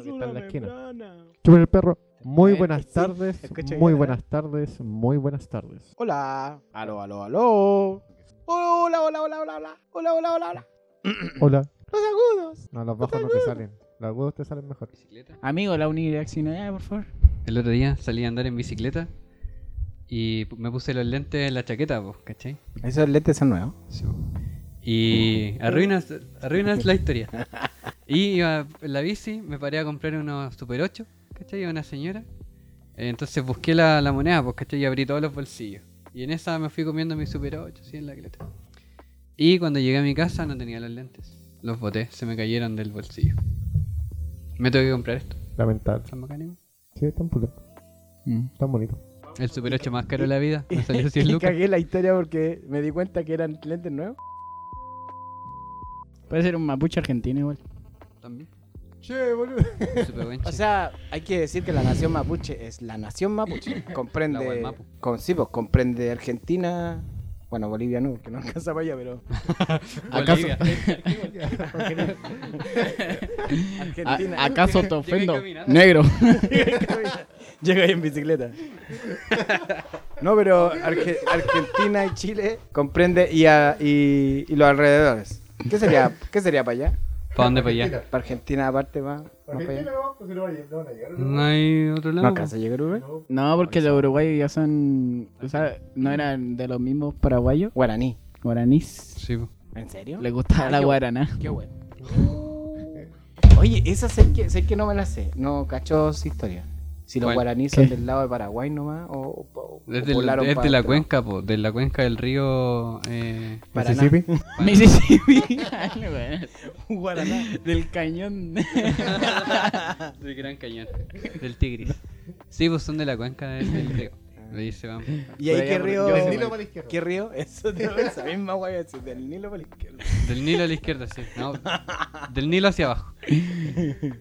está en la esquina. membrana. Chupen el perro. Muy Eh, buenas sí, tardes, escucha muy bien, buenas tardes, muy buenas tardes. Hola. Aló, aló, aló. Hola, hola, hola, hola, hola. Hola, hola, hola, hola. Hola. Los agudos. No, las bajas no te salen. Las agudas te salen mejor. bicicleta. Amigo, la unidireccionalidad, eh, por favor. El otro día salí a andar en bicicleta y pu- me puse los lentes en la chaqueta, vos, ¿cachai? Esos lentes son nuevos. Y arruinas, arruinas la historia. Y iba en la bici, me paré a comprar unos Super 8, ¿cachai? A una señora. Eh, Entonces busqué la, la moneda, pues, ¿cachai? Y abrí todos los bolsillos. Y en esa me fui comiendo mi Super 8, así en la cleta. Y cuando llegué a mi casa no tenía los lentes. Los boté, se me cayeron del bolsillo. Me tengo que comprar esto. Lamentable. ¿Están bacanes? Sí, tan pulento, tan bonito. El Super 8 más caro de la vida. Me salió 100 Y lucas. cagué la historia porque me di cuenta que eran lentes nuevos. Puede ser un mapuche argentino igual. También. Che, boludo. Super buen O chiste. sea, hay que decir que la nación mapuche es la nación mapuche. La Comprende. Guaymapu. con, sí, pues, comprende Argentina. Bueno, Bolivia no, que no alcanza para allá, pero. ¿Acaso, Bolivia. Argentina. a- ¿acaso te ofendo? caminando. Negro. Llega ahí en bicicleta. No, pero Arge- Argentina y Chile comprende y, a- y, y los alrededores. ¿Qué sería, qué sería para allá? ¿Para dónde para allá? Para Argentina aparte va. más para allá. No hay otro No lado. alcanza a llegar Uruguay. No, porque los uruguayos ya son. O sea, no eran de los mismos paraguayos. Guaraní. Guaranís. Sí, po. ¿En serio? Le gustaba Ah, la guaraná. Qué bueno. Oye, esa sé que, sé que no me la sé. No cacho su historia. Si los ¿Cuál? guaraníes ¿Qué? son del lado de Paraguay nomás o, o- o- o Desde, el- poblaron desde para la otro. cuenca, po, de la cuenca del río. Eh, Paraná. Mississippi. Mississippi. Ay, bueno. Guaraná. Del cañón. del Gran Cañón, del Tigris. Sí, pues son de la cuenca del, del río. De ahí se van. ¿Y ahí Por qué allá por- río? yo- la izquierda. ¿Qué río? Eso te esa misma guay, así, del Nilo para la izquierda. Del Nilo a la izquierda, sí. No, del Nilo hacia abajo.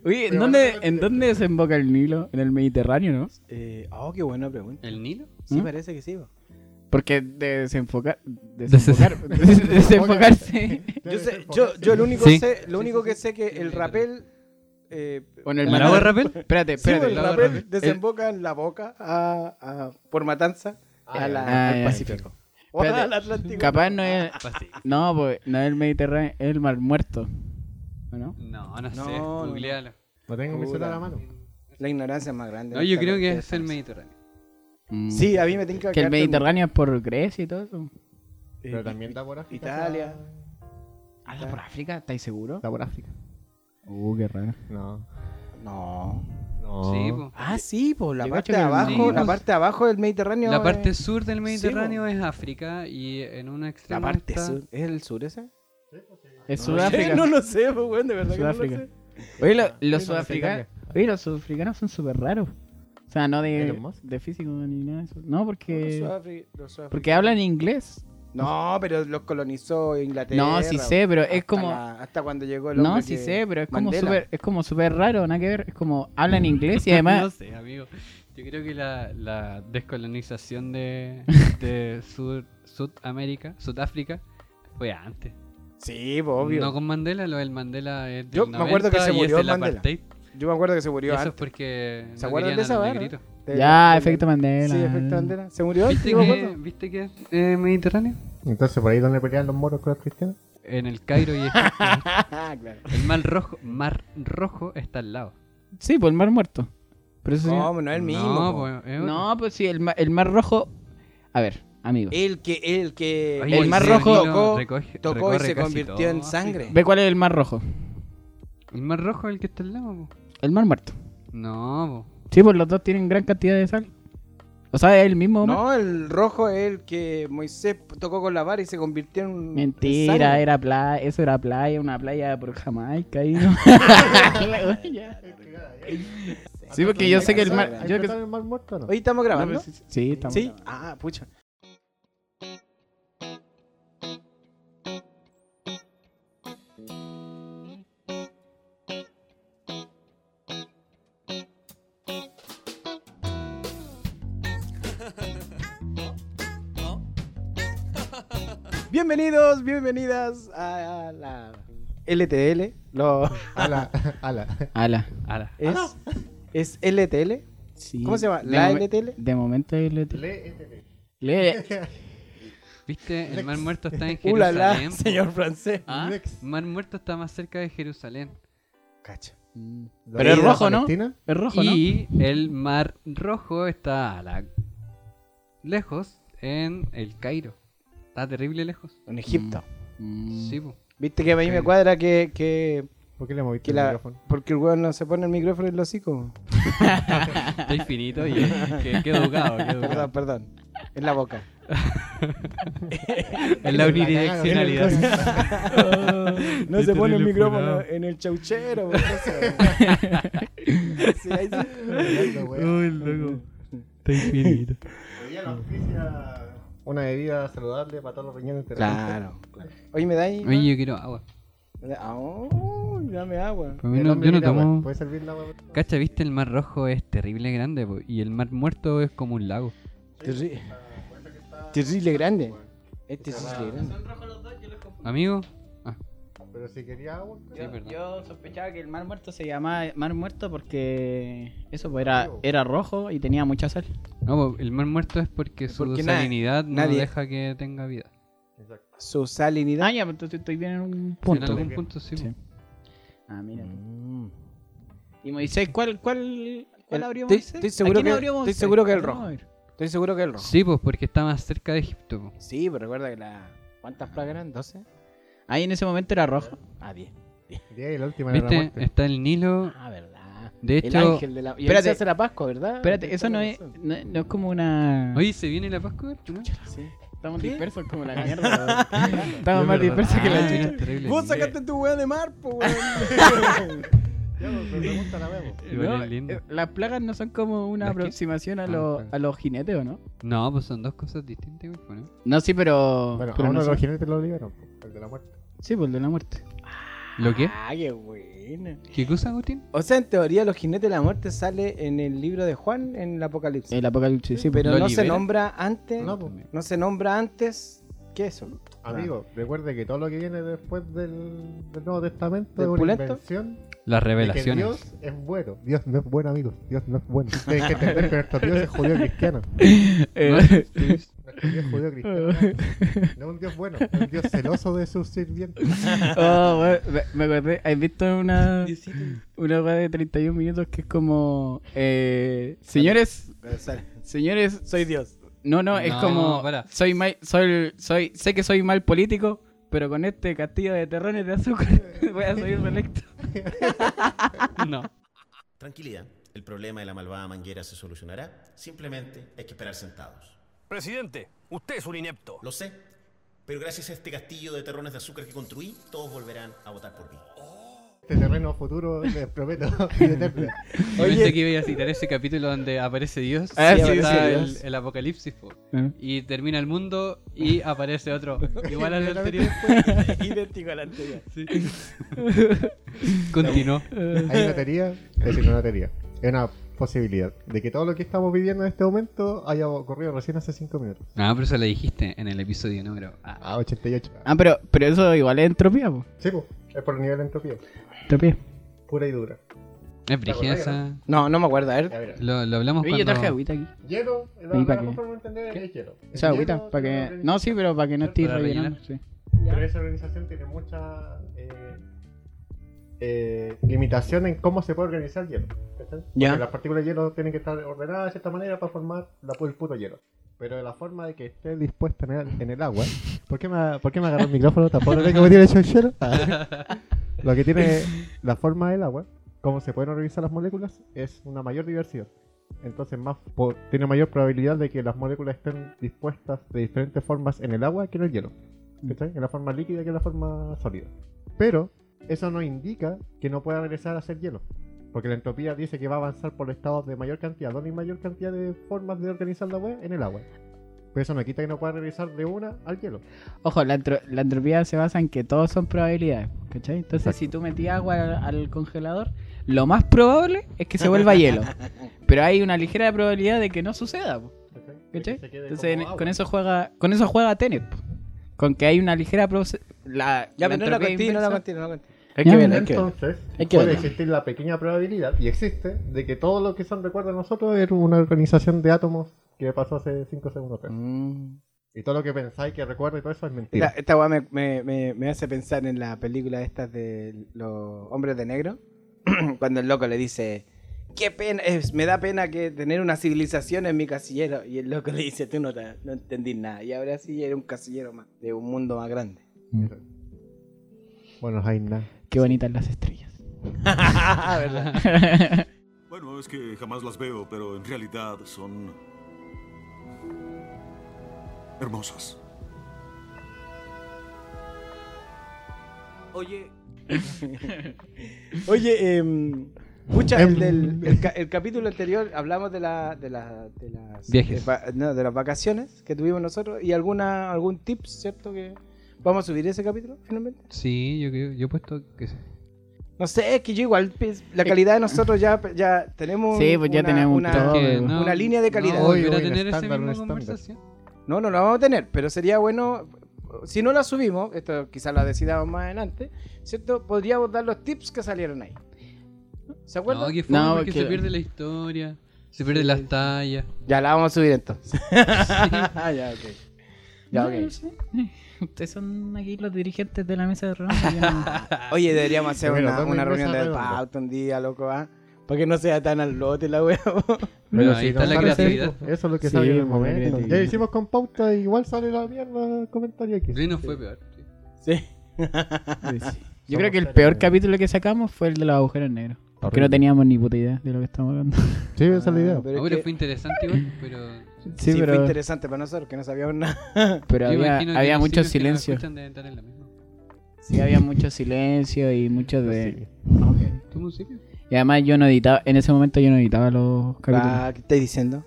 Oye, ¿en dónde, ¿en dónde desemboca el Nilo? En el Mediterráneo, ¿no? Eh, oh, qué buena pregunta. ¿El Nilo? Sí, ¿Mm? parece que sí. bo. Porque desenfocar. Desenfocar. des- desenfocarse. Yo, sé, yo, yo lo único, Sí. sé, lo único que sé que Sí, el sí, rapel. Eh, Con ¿El el lago de maná. Rapel? Espérate, sí, bo, espérate. el lago rapel rapel. desemboca en la boca a, a- por matanza a la- ya. Ah, al ya, Pacífico. O Espérate. al Atlántico. Capaz no es. Ah, Así. No, pues no es el Mediterráneo, es el Mar Muerto. ¿O ¿No? No, no No, sé. no, no. googlealo. No tengo mi Puta. celular a la mano. La ignorancia es más grande. No, yo Esta creo que cuestión es el Mediterráneo. Mm. Sí, a mí me tinca Que el quedarte en Mediterráneo es por Grecia y todo eso. Pero también da por África. Italia. ¿Habla Ah, por África? ¿Estáis seguros? Da por África. Uh, qué raro. No. No. No. Sí, po. Ah, sí, pues la Yo cacho parte de que el abajo, Nilo- la parte de abajo del Mediterráneo. eh. La es- parte sur del po. Mediterráneo es África y en un extremo. La parte está- sur. ¿Es el sur ese? Es No sé, Sudáfrica. No lo sé, pues, weón, de verdad Sudáfrica. que no lo sé. Oye, lo- los sé, sudafricanos. Italia. Oye, los sudafricanos son súper raros. O sea, no de, Elon Musk. de físico ni nada de eso. No, Los porque. Sudáfri- los Sudáfrica- Porque hablan inglés. No, pero los colonizó Inglaterra. No, sí sé, pero es hasta como. la- hasta cuando llegó el hombre. No, sí que- sé, pero es como Mandela. súper, es como súper raro, nada que ver, es como hablan inglés y además No sé, amigo. Yo creo que la, la descolonización de, de Sur, Sudamérica, Sudáfrica, fue antes. Sí, pues, obvio. No con Mandela, lo del Mandela es del Yo me acuerdo que 90 se y murió es el Mandela. apartheid. Yo me acuerdo que se murió Eso es antes. porque ¿Se no acuerdan querían de a esa los vara? negritos. De- ya, de- efecto Mandela. Sí, efecto Mandela. ¿Se murió? ¿Viste Sí, me que, acuerdo. ¿Viste que es eh, Mediterráneo? Entonces, por ahí donde pelean los moros con los cristianos. En el Cairo y Egipto. Ah, claro. el Mar Rojo, Mar Rojo está al lado. Sí, pues el mar muerto. Pero eso sí- No, no es el mismo. No, po. pues, es otro. No, pues sí, el, ma- el mar rojo. A ver, amigo. El que, el que. Oye, el Mar Nilo Rojo tocó, recoge- tocó y recorre se casi convirtió en todo sangre. ¿Ve cuál es el mar rojo? África. El Mar Rojo es el que está al lado. po. El mar muerto. No, po. Sí, pues los dos tienen gran cantidad de sal. O sea, es el mismo mar. No, el rojo es el que Moisés tocó con la vara y se convirtió en. en Mentira, sangre. era playa, eso era playa, una playa por Jamaica ahí, ¿no? La wea. sí, porque yo sé que el mar... ¿Hay Yo que que... estar en el mar muerto o no? Oye, ¿estamos No, pero grabando? sí, sí, estamos ¿Sí? Ah, pucha. Bienvenidos, bienvenidas a la LTL, Lo- Ala, ala. Ala. Ala. es, es LTL. Sí. ¿Cómo se llama? De ¿La momen- LTL? De momento es LTL. Lee este Le- ¿Viste? El mar muerto está en Ulala, Jerusalén. po. señor francés. Ah, Lex. mar muerto está más cerca de Jerusalén. Cacho. Mm. ¿Lo Pero es leí de rojo, ¿no? Palestina? Es rojo, ¿no? y el mar rojo está a la... lejos en el Cairo. Está terrible lejos. En Egipto. Mm. Sí, po. ¿Viste que a mí me cuadra que, que, ¿Por qué le moviste que el la, micrófono? porque el weón no se pone el micrófono en el hocico? Está infinito y que, que educado, que Perdón, educado. perdón. En la boca. Es la unidireccionalidad. No Qué se pone el terrible micrófono funado. en el chauchero. por eso. Sí, ahí sí. Uy, loco. Está infinito. Una bebida saludable para todos los riñones Claro. Oye, ¿me dais? Oye, yo quiero agua. Ah, oh, dame agua. Por mí no- yo no tomo... ¿Puede servir la agua? Cacha, viste, el mar rojo es terrible grande po, y el mar muerto es como un lago. Terri- Terrible grande. Este es terrible grande. Amigo, Pero si quería agua. pues. Sí, Yo, perdón. yo sospechaba que el mar muerto se llamaba mar muerto porque eso pues, era, era rojo y tenía mucha sal. no, po, el mar muerto es porque su Porque nadie- salinidad no nadie- deja que tenga vida. Exacto. Su salinidad. Ah, ya, pero entonces estoy bien en un En punto. algún punto sí. pues. po. Sí. Ah, mira. Mm. Y Moisés, ¿cuál, cuál, cuál El- abrió Eh, estoy- Moisés? estoy ¿A seguro quién que- abrió estoy Moisés? seguro que el Vamos rojo. a ver. Estoy seguro que el rojo. Sí, pues porque está más cerca de Egipto. pues. po. Sí, pero recuerda que la. ¿Cuántas plagas eran? ¿12? Ahí en ese momento era rojo. Ah, 10. Y la última era la ¿Viste? muerte. Está el Nilo. Ah, verdad. De el hecho- ángel de la. Y Espérate. ahí se hace la Pascua, ¿verdad? Espérate, Tienes eso toda no la es, razón. no, no es como una. Oye, ¿se viene la Pascua? ¿No? Sí. Estamos ¿Qué? dispersos como la mierda. Estamos Es más verdad. dispersos que Ah, la mira, chucha. es terrible. Vos sacaste tu weá de mar, po, weón. Ya, pues, pero pregunta la vemos. Igual No, es lindo. eh, Las plagas no son como una ¿Las qué? aproximación a, Ah, los- claro. a los jinetes, ¿o no? No, pues son dos cosas distintas, güey. po, ¿no? No, sí, pero. Bueno, pero a uno no de los son- jinetes lo liberan, pues, el de la muerte. Sí, por el de la muerte. ¿Lo qué? Ah, qué bueno. ¿Qué cosa, Agustín? O sea, en teoría, los jinetes de la muerte sale en el libro de Juan en el Apocalipsis. El apocalipsis, sí, pues. pero. pero ¿Lo no se libera? nombra antes. No, No, pues. se nombra antes que eso. Amigo, recuerde que todo lo que viene después del, del Nuevo Testamento ¿Del es una pulento? invención Las de que revelaciones. Dios es bueno. Dios no es bueno, amigo. Dios no es bueno. Tienes que entender que nuestro Dios es judío cristiano. eh, Nuestro Dios es judío cristiano. No es un Dios bueno, es un Dios celoso de sus sirvientes. oh, bueno, me, me acordé. ¿Has visto una. Una hora de 31 minutos que es como. eh, señores, señores, soy. Soy Dios. No, no, es No, como. para. Soy mal. Soy, soy, sé que soy mal político, pero con este castillo de terrones de azúcar voy a salir reelecto. No. Tranquilidad, el problema de la malvada manguera se solucionará. Simplemente hay que esperar sentados. Presidente, usted es un inepto. Lo sé, pero gracias a este castillo de terrones de azúcar que construí, todos volverán a votar por mí. Este terreno futuro, les prometo, y eterno. Yo pensé que iba a citar ese capítulo donde aparece Dios. Ah, y sí, está sí, el, Dios. el apocalipsis, po. Ujú. Y termina el mundo y aparece otro. Igual al anterior. Idéntico al anterior. Continuó. Hay una teoría, es decir, no una teoría, es una posibilidad de que todo lo que estamos viviendo en este momento haya ocurrido recién hace 5 minutos. No, pero Ah, eso lo dijiste en el episodio número. Ah, Ah, 88. Ah, pero, pero eso igual es entropía, po. Sí, pues, es por nivel de entropía, Entropía. pura y dura. es brígida esa. No, no me acuerdo. A ver, Ya verás. Lo, lo hablamos Oye, yo cuando... traje agüita aquí. Hielo, el ¿Y pa' la qué? mejor forma de entender es hielo. O sea, El agüita, hielo para tiene que. una No, sí, pero para que no esté Para rellenar. rellenando. sí. Pero esa organización tiene mucha eh, eh, limitación en cómo se puede organizar hielo. ¿cachai? Ya. Porque Las partículas de hielo tienen que estar ordenadas de cierta manera para formar la, el puto hielo. Pero de la forma de que esté dispuesta en el, en el agua. ¿Por qué me, por qué me agarró el micrófono? ¿Tampoco lo tengo que tiene hecho el hielo? Ah. Lo que tiene la forma del agua, cómo se pueden organizar las moléculas, es una mayor diversidad. Entonces más po- tiene mayor probabilidad de que las moléculas estén dispuestas de diferentes formas en el agua que en el hielo. ¿cachai? En la forma líquida que en la forma sólida. Pero eso no indica que no pueda regresar a ser hielo. Porque la entropía dice que va a avanzar por estados de mayor cantidad, donde hay mayor cantidad de formas de organizar la web en el agua. Pero eso no quita que no pueda regresar de una al hielo. Ojo, la, entro- la entropía se basa en que todos son probabilidades, ¿cachai? Entonces, si tú metías agua al, al congelador, lo más probable es que se vuelva hielo. Pero hay una ligera probabilidad de que no suceda, po, ¿cachai? De que ¿cachai? se quede Entonces, como en- agua. con eso juega con eso juega Tenet, po. con que hay una ligera proce- la, ya, la pero no la entropía conté, no la inversa, conté, no la conté. Hay que Ya, ver, hay que ver. Entonces, Hay que puede verlo. existir la pequeña probabilidad, y existe, de que todo lo que son recuerdos de nosotros es una organización de átomos que pasó hace 5 segundos. atrás. Mm. Y todo lo que pensáis que recuerda y todo eso es Esta, mentira. esta weá me, me- me- me hace pensar en la película estas de los hombres de negro. cuando el loco le dice, qué pena, es- me da pena que tener una civilización en mi casillero. Y el loco le dice, tú no, te- no entendí nada. Y ahora sí era un casillero más, de un mundo más grande. Bueno, hay nada. Qué bonitas las estrellas. Bueno, es que jamás las veo, pero en realidad son hermosas. Oye, Oye, em, pucha, el, Em. del- el ca- el capítulo anterior hablamos de, la, de, la- de las Viajes. de va- no, de las vacaciones que tuvimos nosotros y alguna algún tip, ¿cierto? Que vamos a subir ese capítulo finalmente. Sí, yo creo, yo he puesto que sí. No sé, es que yo igual pis- la calidad de nosotros ya, pues, ya tenemos Eh, Sí, pues ya tenemos una, todo. Que no, Ah, una línea de calidad. No, volver Hoy, a hoy, un tener esa estándar, un misma estándar. conversación. No, no la vamos a tener, pero sería bueno. Si no la subimos, esto quizás la decidamos más adelante, ¿cierto? Podríamos dar los tips que salieron ahí. ¿Se acuerdan? No, que fue No, porque que- se pierde la historia, se pierde las tallas. Ya la vamos a subir entonces. ya, ok. Ya, Ah, No, no ok. sé. Ustedes son aquí los dirigentes de la mesa de reunión. yo no- Oye, deberíamos hacer Bueno, una, dame mesa una reunión de redonda. pauta un día, loco, ¿ah? Para que no sea tan al lote la wea. po. Pero si ahí no está la sale creatividad. así, Eso es lo que Sí, sale en el con la momento. creatividad. Ya hicimos con pauta, igual sale la mierda comentario aquí. Sí, no fue peor. sí. sí. Yo creo que el seres peor humanos. capítulo que sacamos fue el de los agujeros negros. Ah, Porque Horrible. no teníamos ni puta idea de lo que estamos hablando. Sí, esa es la idea. Ah, pero No, es pero que- fue interesante igual, pero sí, fue interesante para nosotros, que no sabíamos nada. pero yo había, imagino que había los mucho simios que nos silencio. escuchan deben estar en la misma. Sí, había mucho silencio y mucho de... ¿Tú música? Y además yo no editaba, en ese momento yo no editaba los capítulos. Ah, ¿Qué estáis diciendo?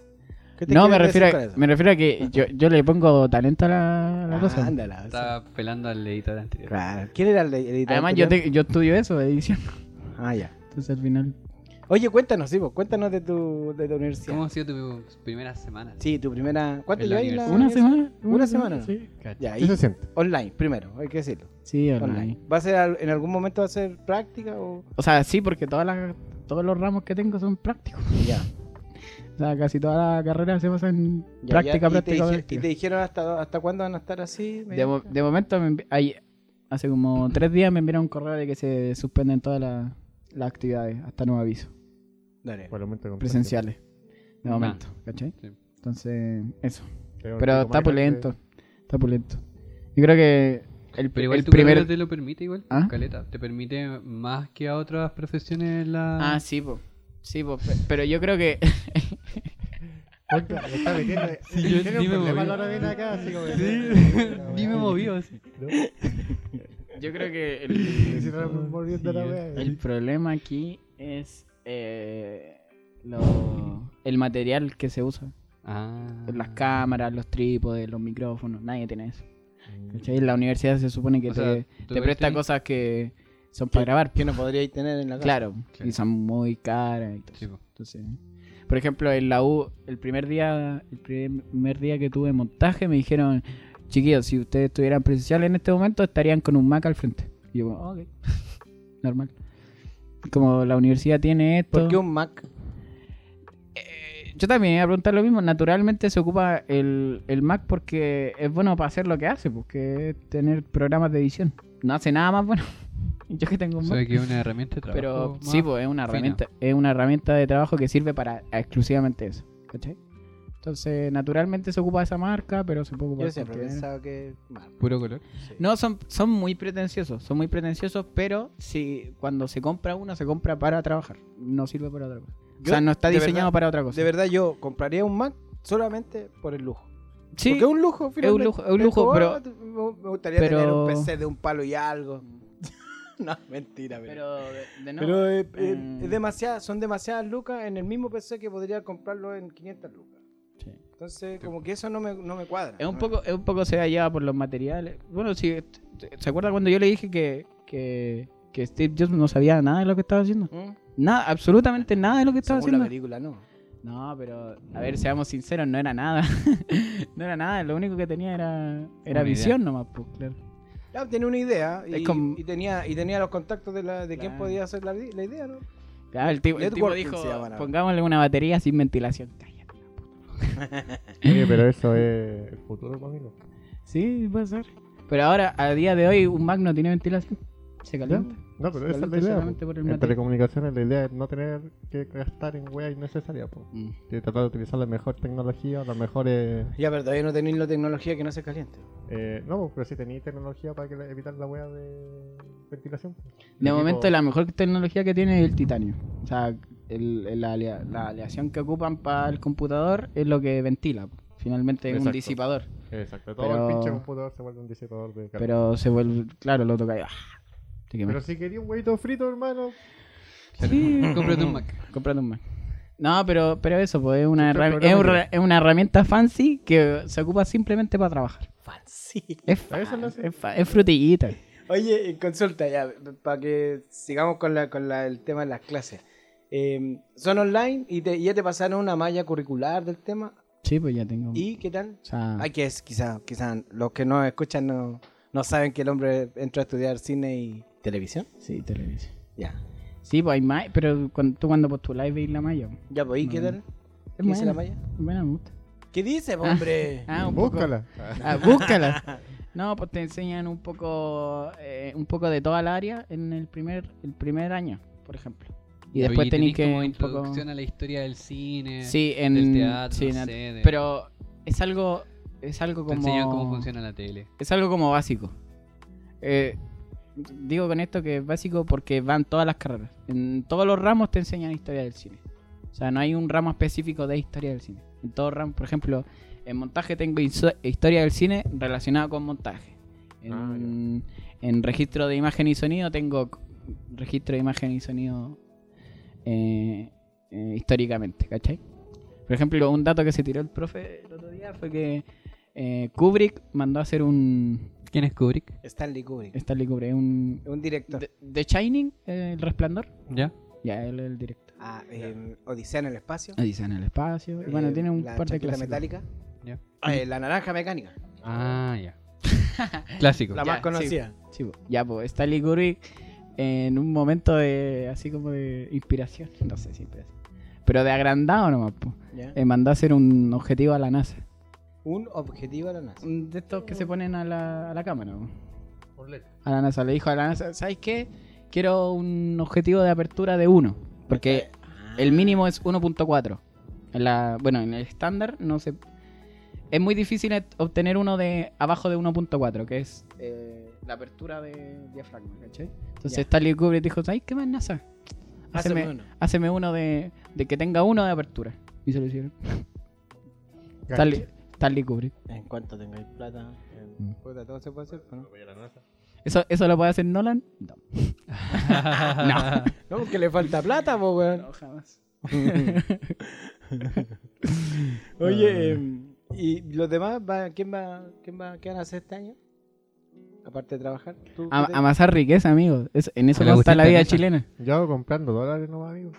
¿Qué te no, me quieres refiero, decir con a, eso? me refiero a que yo, yo le pongo talento a la, a la Ah, cosa. ándala, sí. Estaba pelando al editor anterior. Claro. ¿Quién era el de- el editor? Además yo, anterior? te- yo estudio eso, edición. Ah, ya. Entonces al final... Oye, cuéntanos, Ivo, cuéntanos de tu, de tu universidad. ¿Cómo ha sido tu primera semana? Sí, tu primera... ¿Cuánto En la llevas en la universidad. ¿Una universidad? semana? Ah, Una semana. Sí, Ya, ahí. ¿Qué se siente? Online, primero, hay que decirlo. sí Online. online. ¿Va a ser al- en algún momento va a ser práctica o O sea, sí, porque todas las, todos los ramos que tengo son prácticos. ya? O sea, casi toda la carrera se basa en ya, práctica, ya. ¿Y te práctica, dije- práctica. ¿Y te dijeron hasta, hasta cuándo van a estar así? Me- De, mo- de momento, me envi- ahí- hace como tres días me enviaron un correo de que se suspenden todas la- las actividades, hasta nuevo aviso, Dale. Por el momento de contagio. presenciales. De Ah. momento, ¿cachai? Sí. Entonces, eso. Pero Pero más está grande. pulento, está pulento. Yo creo que el, Pero igual el tu primer... carrera te lo permite igual, ¿Ah? Caleta. Te permite más que a otras profesiones la... Ah, sí, po. Sí, po. pe- Pero yo creo que... Ponte- le está metiendo- yo- tiene un dime, problema movió. a la hora de venir acá, así como- Ni me movió así. ¿No? yo creo que Y si no, volviendo a la wea. ¿eh? El problema aquí es eh, lo- el material que se usa. Ah. Las cámaras, los trípodes, los micrófonos, nadie tiene eso. Mm. ¿Cachai? La universidad se supone que O te, sea, te tú ves presta tenis. cosas que son para grabar. ¿Qué no podríais tener en la casa? Claro, Claro. y son muy caras y todo. Sí, po. Entonces, por ejemplo, en la U, el primer día, el primer día que tuve montaje, me dijeron, chiquillos, si ustedes estuvieran presenciales en este momento, estarían con un Mac al frente. Y yo, "Ah, ok, normal. Como la universidad tiene esto. ¿Por qué un Mac? Eh, yo también iba a preguntar lo mismo. Naturalmente se ocupa el, el Mac porque es bueno para hacer lo que hace, porque es tener programas de edición. No hace nada más bueno. Yo que tengo un O Mac. sea, que es una herramienta de trabajo. Pero más sí, pues es una fina. herramienta, es una herramienta de trabajo que sirve para exclusivamente eso, ¿cachai? Entonces, naturalmente se ocupa esa marca, pero se puede ocupar Yo siempre he cualquier- pensado que Mac. Puro color. No, son, son muy pretenciosos, son muy pretenciosos, pero si cuando se compra uno, se compra para trabajar, no sirve para otra cosa. o Yo, sea, no está de diseñado verdad- para otra cosa. De verdad yo compraría un Mac solamente por el lujo. sí, Porque es un lujo, finalmente. lujo, es un lujo, como, pero- "Ah, me- Me gustaría pero- tener un PC de un palo y algo. no, mentira, pero... pero de, de nuevo, Pero eh, eh, Mm. es demasiada- son demasiadas lucas en el mismo PC que podría comprarlo en 500 lucas. Sí. Entonces, como que eso no me, no me cuadra. Es un No. poco, es un poco se da lleva por los materiales. Bueno, sí, ¿se acuerda cuando yo le dije que, que, que Steve Jobs no sabía nada de lo que estaba haciendo? ¿Mm? Nada, absolutamente nada de lo que estaba Según la haciendo. película, no. No, pero a ver, seamos sinceros, no era nada. no era nada, lo único que tenía era, era Una idea. visión nomás, pues, claro. Ah, tenía una idea y, Es como- y tenía, y tenía los contactos de, la, de quién Claro. podía hacer la, la idea, ¿no? Claro, el tipo, el tipo Networking dijo, se llama ahora. pongámosle una batería sin ventilación. Cállate. Oye, pero eso es el futuro, pues, Camilo. Sí, puede ser. Pero ahora, a día de hoy, un Mac no tiene ventilación. Se ¿Ya? calienta. No, pero esa es la Solamente- idea. solamente po. por el en material. telecomunicaciones la idea es no tener que gastar en wea innecesaria. Po. Mm. Y tratar de utilizar la mejor tecnología, las mejores... Ya, pero todavía no tenéis la tecnología que no se caliente. Eh, no, po, pero si tenéis tecnología para que la- evitar la wea de ventilación. pues. po. De Tipo- momento, la mejor tecnología que tiene es el titanio. O sea, el- el- la, alea- la aleación que ocupan para el computador es lo que ventila. po. Finalmente es un Exacto. disipador. Exacto, todo Pero- el pinche computador se vuelve un disipador de calor. Pero se vuelve, claro, lo toca y... ¡ah! Te quemé. Pero si quería un huevito frito, hermano. Sí, cómprate un Mac. Comprando un Mac. No, pero, pero eso, pues es una, Sí, herra- programa es, un que- ra- es una herramienta fancy que se ocupa simplemente para trabajar. Fancy. Es, A eso fan- lo hace. es, fa- es frutillita. Oye, eh, consulta ya, para que sigamos con, la, con la- el tema de las clases. Eh, son online y, te- y ya te pasaron una malla curricular del tema. Sí, pues ya tengo. ¿Y qué tal? O sea, Ay, que es, quizás quizá los que no escuchan no, no saben que el hombre entró a estudiar cine y televisión. sí, televisión. Ya. Sí, pues hay más, pero cuando, tú cuando postuláis veis la malla. po. Ya, pues, ¿y qué tal? ¿Qué dice buena. la malla? Buena, me gusta. ¿Qué dice, po, hombre? Mm. Ah, un poco- Búscala. Ah, búscala. No, pues te enseñan un poco eh, un poco de toda la área en el primer el primer año, por ejemplo. Y después Oye, tenéis tenés que como un poco- introducción a la historia del cine. Sí, en del teatro, sí, no en- sé, de- pero es algo es algo Te como enseñan cómo funciona la tele. es algo como básico. Eh, digo con esto que es básico porque van todas las carreras. En todos los ramos te enseñan historia del cine. O sea, no hay un ramo específico de historia del cine. En todos los ramos, por ejemplo, en montaje tengo inso- historia del cine relacionada con montaje. En, en registro de imagen y sonido tengo c- registro de imagen y sonido eh, eh, históricamente, ¿cachai? Por ejemplo, un dato que se tiró el profe el otro día fue que eh, Kubrick mandó a hacer un. ¿Quién es Kubrick? Stanley Kubrick, Stanley Kubrick, un. un director. The, The Shining, eh, El Resplandor. ¿Ya? Ya, él es el director. Ah, eh, Odisea en el espacio. Odisea en el espacio. y Ah, bueno, eh, tiene un la par de chaqueta clásicos. metálica. Ya. Ah, eh, la naranja mecánica, Ah, ya. Clásico. la Ya, más conocida. Sí, po. ya, pues, Stanley Kubrick eh, en un momento de. así como de inspiración. No sé si inspiración. Pero de agrandado nomás, pues. Ya. mandó a hacer un objetivo a la NASA. Un objetivo a la NASA. Un De estos que se ponen a la, a la cámara, po. Por ley. A la NASA. Le dijo a la NASA, ¿sabes qué? Quiero un objetivo de apertura de 1. Porque el mínimo es 1.4. En la- Bueno, en el estándar no se... Es muy difícil et- obtener uno de abajo de 1.4, que es eh, la apertura de diafragma, ¿cachai? Entonces Ya. Stanley Kubrick dijo, ¿sabes qué más NASA? Hazme Háceme, uno. háceme uno de, de que tenga uno de apertura. Y se lo hicieron. Stanley, Stanley Kubrick. En cuanto tengáis plata, en- Mm. puta, todo se puede hacer, ¿o ¿no? ¿Eso, ¿Eso lo puede hacer Nolan? No. no. No, porque le falta plata, po, weón. jamás. Oye, em, ¿y los demás? Va, ¿quién, va, quién, va, ¿Qué van a hacer este año? Aparte de trabajar. ¿tú, Am- qué te- amasar riqueza, amigo. Es- en eso Le consta gusta la vida esa. chilena. Yo hago comprando dólares nomás, amigo.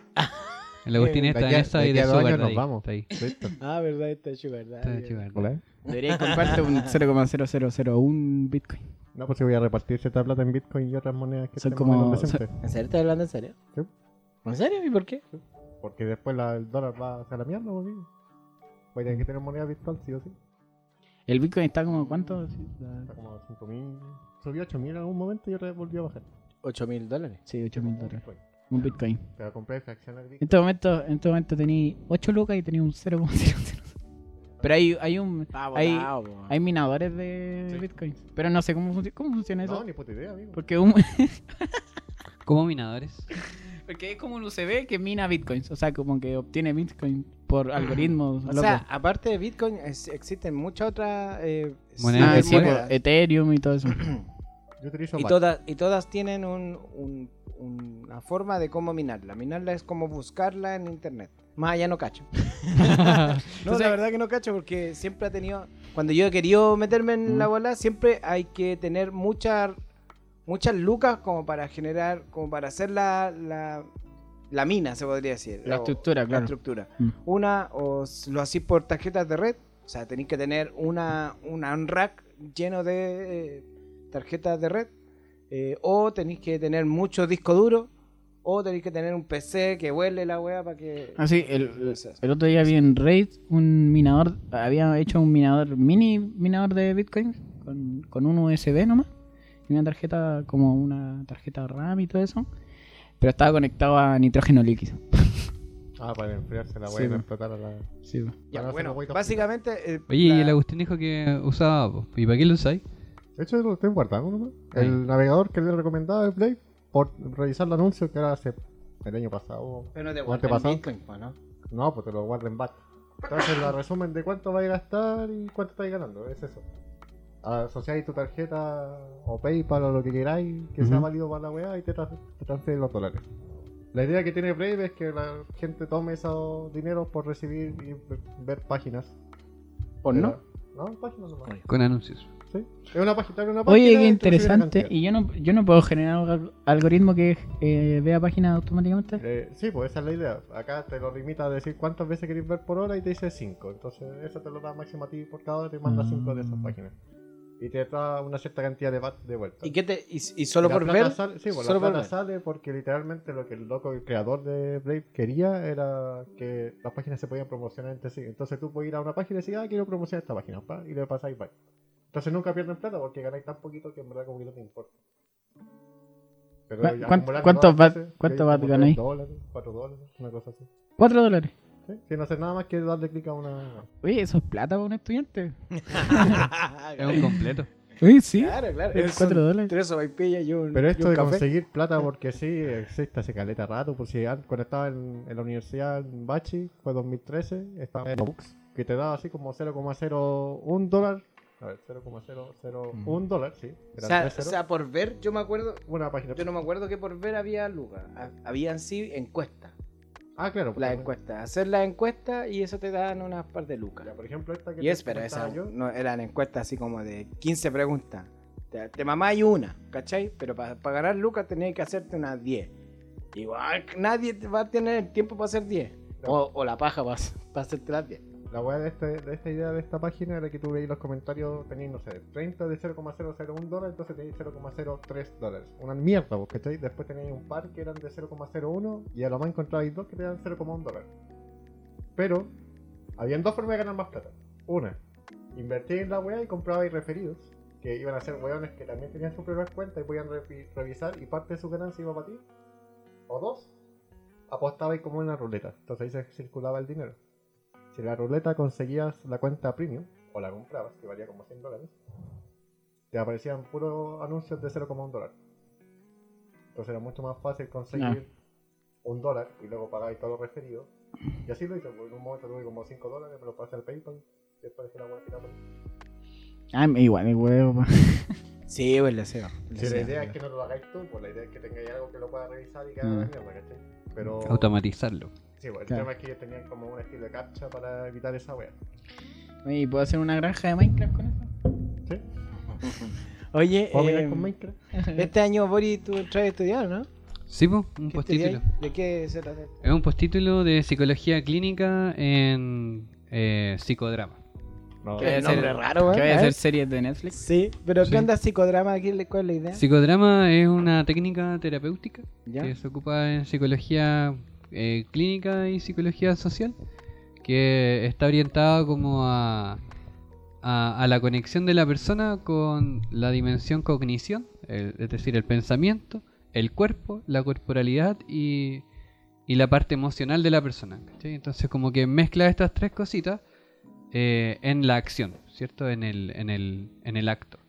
El Agustín Eh, está de en aquí a- esa de y aquí de a dos Sugar años nos Daddy. vamos. Está ahí. Listo. Ah, verdad, está hecho, verdad. Está ya. Sugar Daddy. Hola. Deberías comprarte un 0,0001 Bitcoin. No, pues si voy a repartir cierta plata en Bitcoin y otras monedas que Son estén como- más o menos decentes. ¿En serio? ¿Estás hablando en serio? Sí. ¿En serio? ¿Y por qué? Porque después la- el dólar va hacia la mierda, pues, amigo. Voy a tener que tener moneda virtual, sí o sí. El Bitcoin está como cuánto? Sí, Está como 5.000. Subió a 8.000 en algún momento y otra vez volvió a bajar. 8 mil dólares. Sí, 8 mil dólares. Bitcoin. Un Bitcoin. Pero compré fracciones En este momento, en este momento tení 8 lucas y tenía un 0,00. Pero hay, hay un. Hay, hay minadores de Sí. Bitcoin. Pero no sé cómo, funci- cómo funciona eso. No, ni puta idea, amigo. Porque un- Como minadores. Porque es como un UCB que mina Bitcoins. O sea, como que obtiene Bitcoin por algoritmos. O locos. sea, aparte de Bitcoin, es- existen muchas otras eh, Monedas ah, de sí, cibermonedas. por Ethereum y todo eso. Yo utilizo Y Bat. todas, y todas tienen un- un- una forma de cómo minarla. Minarla es como buscarla en internet. Más allá no cacho. no, la verdad que no cacho porque siempre ha tenido... Cuando yo he querido meterme en Mm. la bola, siempre hay que tener muchas muchas lucas como para generar, como para hacer la, la, la mina, se podría decir. La o- estructura, la claro. estructura. Mm. Una, o s- lo hacís por tarjetas de red. O sea, tenéis que tener una, una un rack lleno de... eh, tarjetas de red, eh, o tenéis que tener mucho disco duro, o tenéis que tener un PC que vuele la weá para que... Así, Ah, el, Gracias. el otro día vi en Raid un minador, había hecho un minador, mini minador de Bitcoin con, con un USB nomás, y una tarjeta como una tarjeta RAM y todo eso, pero estaba conectado a nitrógeno líquido. Ah, para enfriarse la Sí, wea y no po. explotar a la. Sí, pues. po. Ya, para no hacer bueno, la wea y básicamente... eh, Oye, y la- el Agustín dijo que usaba, po. ¿y para qué lo usáis? De hecho, lo estoy guardando nomás. Ahí. El navegador que le recomendaba el Play, por revisar el anuncio que era hace el año pasado. Pero no te ¿O guardan antepasado? Bitcoin, po, ¿no? No, pues te lo guarden en back. Entonces, la resumen de cuánto vais a gastar y cuánto estáis ganando, es eso. Asociáis tu tarjeta o PayPal o lo que queráis que sea válido para la weá y te, tra- te transfieren los dólares. La idea que tiene Brave es que la gente tome esos dineros por recibir y ver- ver páginas. ¿O Pero- no? No, páginas nomás. Con anuncios. Sí. Es una página, abre una página. Oye, qué y te recibe la interesante, cantidad. y yo no, yo no puedo generar un alg- algoritmo que eh, vea páginas automáticamente. Eh, sí, pues esa es la idea. Acá te lo limita a decir cuántas veces querés ver por hora y te dice 5. Entonces, eso te lo da máximo a ti por cada hora te manda 5 de esas páginas. Y te da una cierta cantidad de bat de vuelta. ¿Y, qué te, y, y solo La por plata ver? sale- sí, pues, solo la por plata ver. sale porque literalmente lo que el loco, el creador de Brave quería era que las páginas se podían promocionar entre sí. Entonces tú puedes ir a una página y decir, ah, quiero promocionar esta página, pa, y le pasáis bye. Entonces nunca pierden plata porque ganáis tan poquito que en verdad como que no te importa. Pero ¿Cu- acumular cuánto- dólares, cuántos bat- sí, cuántos hay bat como ganáis? tres dólares, 4 dólares, una cosa así. Cuatro dólares. ¿Sí? Sin hacer nada más que darle clic a una. Oye, eso es plata para un estudiante. Es un completo. Uy, sí. Claro, claro. Es es cuatro un- dólares. Tres sopaipillas y un, Pero y esto un de café. conseguir plata porque sí, existe hace caleta rato, por si an- cuando estaba en, en la universidad en Bachi, fue 2013, estaba en Books, que te daba así como 0,01 dólar, a ver, 0,001 dólar, sí, Mm. O era sea, tres o ceros, sea, por ver, yo me acuerdo, una página. yo no me acuerdo que por ver había lucas. Ha- Había en sí encuestas. Ah, claro, pues, Las también. encuestas. Hacer las encuestas y eso te dan unas par de lucas. Ya, por ejemplo, esta que Y te es, pero comentaba esas yo, no eran encuestas así como de 15 preguntas. Te, te mamáis una, ¿cachai? Pero para ganar lucas tenías que hacerte unas 10. Igual que nadie te va a tener el tiempo para hacer 10. O, o la paja para, para hacerte las 10. La weá de, este- de esta idea de esta página era que tú veis los comentarios tenéis, no sé, 30 de 0,001 dólar, entonces tenéis 0,03 dólares. Una mierda, vos, ¿cachai? Después tenéis un par que eran de 0,01 y a lo más encontrabais dos que te dan 0,1 dólar. Pero, habían dos formas de ganar más plata. Una, invertir en la weá y comprabais referidos, que iban a ser weones que también tenían sus propias cuentas y podían revi- revisar y parte de su ganancia iba para ti. O dos, apostabais como en una ruleta, entonces ahí se circulaba el dinero. Si la ruleta conseguías la cuenta premium, o la comprabas, que valía como 100 dólares, te aparecían puros anuncios de 0,1 dólar. Entonces era mucho más fácil conseguir un dólar y luego pagáis todo lo referido. Y así lo hice, porque en un momento tuve como 5 dólares, me lo pasé al PayPal, después dejé la web tirada por ahí. Ah, me- igual, mi huevo. pues. pa. Sí, pues le SEO. Si la idea es que no lo hagáis tú, pues la idea es que tengáis algo que lo pueda revisar y que haga la mierda, ¿cachai? Pero. Oh. Automatizarlo. Sí, pues, el Claro. tema es que ellos tenían como un estilo de captcha para evitar esa wea. Oye, ¿y ¿puedo hacer una granja de Minecraft con eso? ¿Sí? Oye, ¿Puedo mirar eh, con Minecraft? este año Boris tú entras a estudiar, ¿no? Sí, po, un ¿Qué postítulo. estudiáis? ¿De qué se trata? Es un postítulo de psicología clínica en eh, psicodrama. No, ¿Qué? Qué ser- nombre raro, ¿Que ¿eh? vaya a ¿Eh? hacer series de Netflix? Sí, pero Sí. ¿qué onda psicodrama? aquí? ¿Cuál es la idea? Psicodrama es una técnica terapéutica ¿Ya? que se ocupa en psicología eh, clínica y psicología social, que está orientada como a, a, a la conexión de la persona con la dimensión cognición, el- es decir, el pensamiento, el cuerpo, la corporalidad y, y la parte emocional de la persona. ¿cachai? Entonces como que mezcla estas tres cositas eh, en la acción, ¿cierto? En el, en el, en el acto.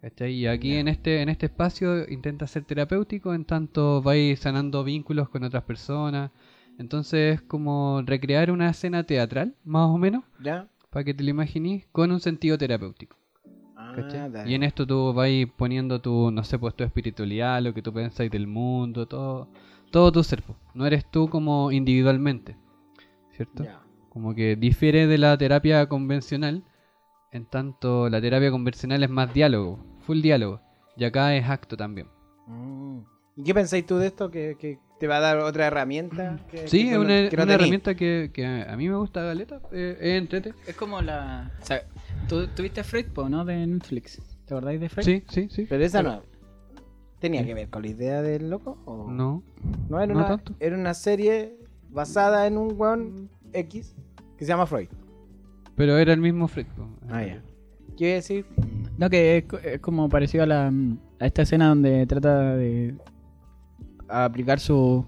¿Cachai? Y aquí en este, en este espacio intenta ser terapéutico, en tanto vais sanando vínculos con otras personas. Entonces es como recrear una escena teatral, más o menos, ¿Ya? para que te lo imaginís, con un sentido terapéutico. Ah, ¿cachai? y en esto tú vas poniendo tu, no sé, pues tu espiritualidad, lo que tú pensáis del mundo, todo, todo tu ser. po. No eres tú como individualmente, ¿cierto? como que difiere de la terapia convencional, en tanto la terapia convencional es más diálogo, full diálogo, y acá es acto también. Mm. ¿Y qué pensáis tú de esto? ¿Que, que te va a dar otra herramienta? que- Sí, que es tú no- una, que no una tenís? herramienta que, que a mí me gusta, Galeta, eh, es entrete. Es como la. O sea, tú tuviste Freud, po, ¿no? De Netflix. ¿Te acordáis de Freddy? Sí, sí, sí. Pero esa no. ¿Tenía que ver con la idea del loco? o- No. No, era, no una, tanto. era una serie basada en un weón X que se llama Freud. Pero era el mismo Fred. po. ¿Qué iba a decir? No, que es, co- es como parecido a, la, a esta escena donde trata de aplicar su,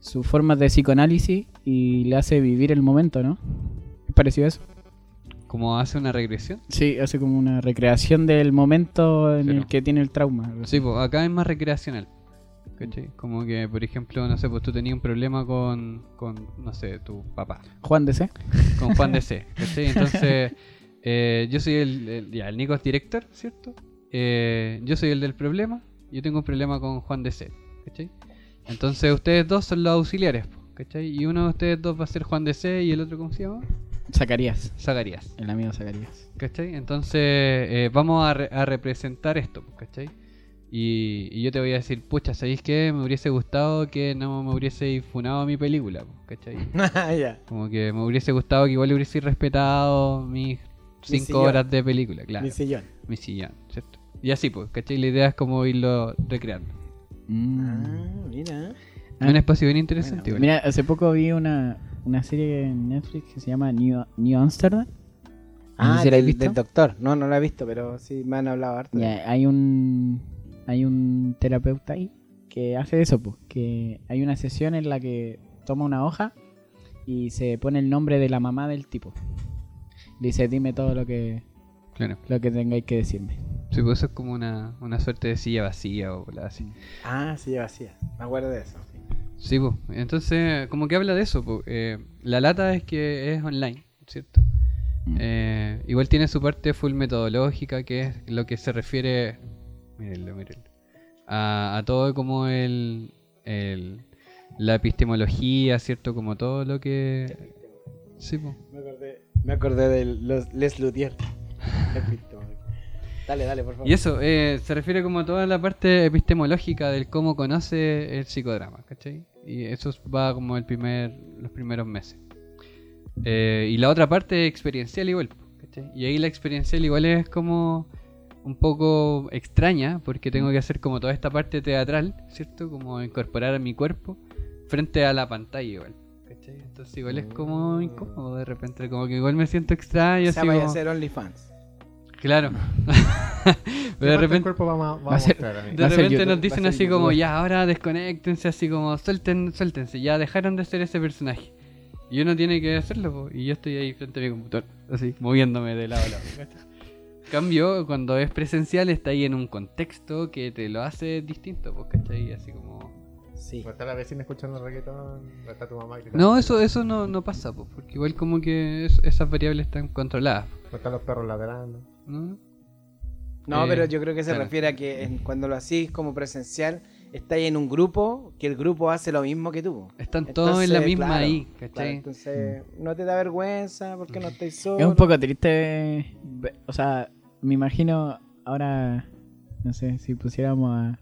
su forma de psicoanálisis y le hace vivir el momento, ¿no? ¿Es parecido a eso? Como hace una regresión. Sí, hace como una recreación del momento en Pero- el que tiene el trauma. algo así. Sí, pues acá es más recreacional. ¿Cachai? Como que, por ejemplo, no sé, pues tú tenías un problema con, con no sé, tu papá. Juan de C. con Juan DC. ¿cachai? Entonces, eh, yo soy el, el- ya, el Nico es director, ¿cierto? Eh, yo soy el del problema, yo tengo un problema con Juan DC, ¿cachai? Entonces ustedes dos son los auxiliares, po, ¿cachai? Y uno de ustedes dos va a ser Juan DC y el otro, ¿cómo se llama? Zacarías. Zacarías. El amigo Zacarías. ¿Cachai? Entonces eh, vamos a, re- a representar esto, ¿cachai? Y, y yo te voy a decir, pucha, ¿sabéis qué? Me hubiese gustado que no me hubiese funado mi película, ¿cachai? Ah, ya. Como que me hubiese gustado que igual hubiese respetado Mi mis cinco sillón. horas de película, claro. Mi Mi, sillón. sillón, ¿cierto? Y así, pues, ¿cachai? La idea es como irlo recreando. Mm. Ah, mira. Ah. Un espacio bien interesante, igual. Mira, hace poco vi una, una serie en Netflix que se llama New, New Amsterdam. No sé Ah, si la has del, visto. del doctor. No, no la he visto, pero sí me han hablado harto. Ya, hay un hay un terapeuta ahí que hace eso, pues, que hay una sesión en la que toma una hoja y se pone el nombre de la mamá del tipo. Dice, dime todo lo que Claro. lo que tengáis que decirme. Sí, pues eso es como una, una suerte de silla vacía o la así. Ah, sí, vacía. Me acuerdo de eso. Sí, pues. Entonces, como que habla de eso, pues. Eh, la lata es que es online, ¿cierto? Eh, igual tiene su parte full metodológica, que es lo que se refiere. Mírenlo, mírenlo. A, a todo como el, el- La epistemología, ¿cierto? Como todo lo que. Sí, po. Me acordé, me acordé de los Les Luthier. dale, dale, por favor. Y eso, eh, se refiere como a toda la parte epistemológica del cómo conoce el psicodrama, ¿cachai? Y eso va como el primer, los primeros meses. Eh, y la otra parte experiencial igual, ¿cachai? Y ahí la experiencial igual es como un poco extraña, porque tengo que hacer como toda esta parte teatral, ¿cierto? Como incorporar a mi cuerpo frente a la pantalla igual. ¿Cachai? Entonces igual es como incómodo de repente, como que igual me siento extraño. o sea, Mm. así vaya a como- ser OnlyFans. Claro. Pero de Aparte, repente... El cuerpo va, ma- va Va a a ser- mostrar a mí. De Eh, Va a ser repente YouTube, nos va a dicen ser así como, YouTube. ya, ahora desconéctense, así como, suelten, suéltense, ya dejaron de ser ese personaje. Y uno tiene que hacerlo, po, y yo estoy ahí frente a mi computador, así, moviéndome de lado a lado. ¿cachai? Cambio, cuando es presencial, está ahí en un contexto que te lo hace distinto, pues, ¿cachai? Así como... Sí. Pues, Va a estar la vecina escuchando reggaetón, va a estar tu mamá gritando. No, eso eso no, no pasa, po, porque igual como que es- esas variables están controladas, Va a estar Pues los perros ladrando. ¿no? No, Eh, pero yo creo que se claro. refiere a que en- cuando lo hacís como presencial, estáis en un grupo que el grupo hace lo mismo que tú. Están todos en la Entonces, misma claro, ahí, claro, ¿cachai? Mm. entonces, no te da vergüenza porque no estáis solo. Es un poco triste, ve- o sea, me imagino ahora no sé si pusiéramos a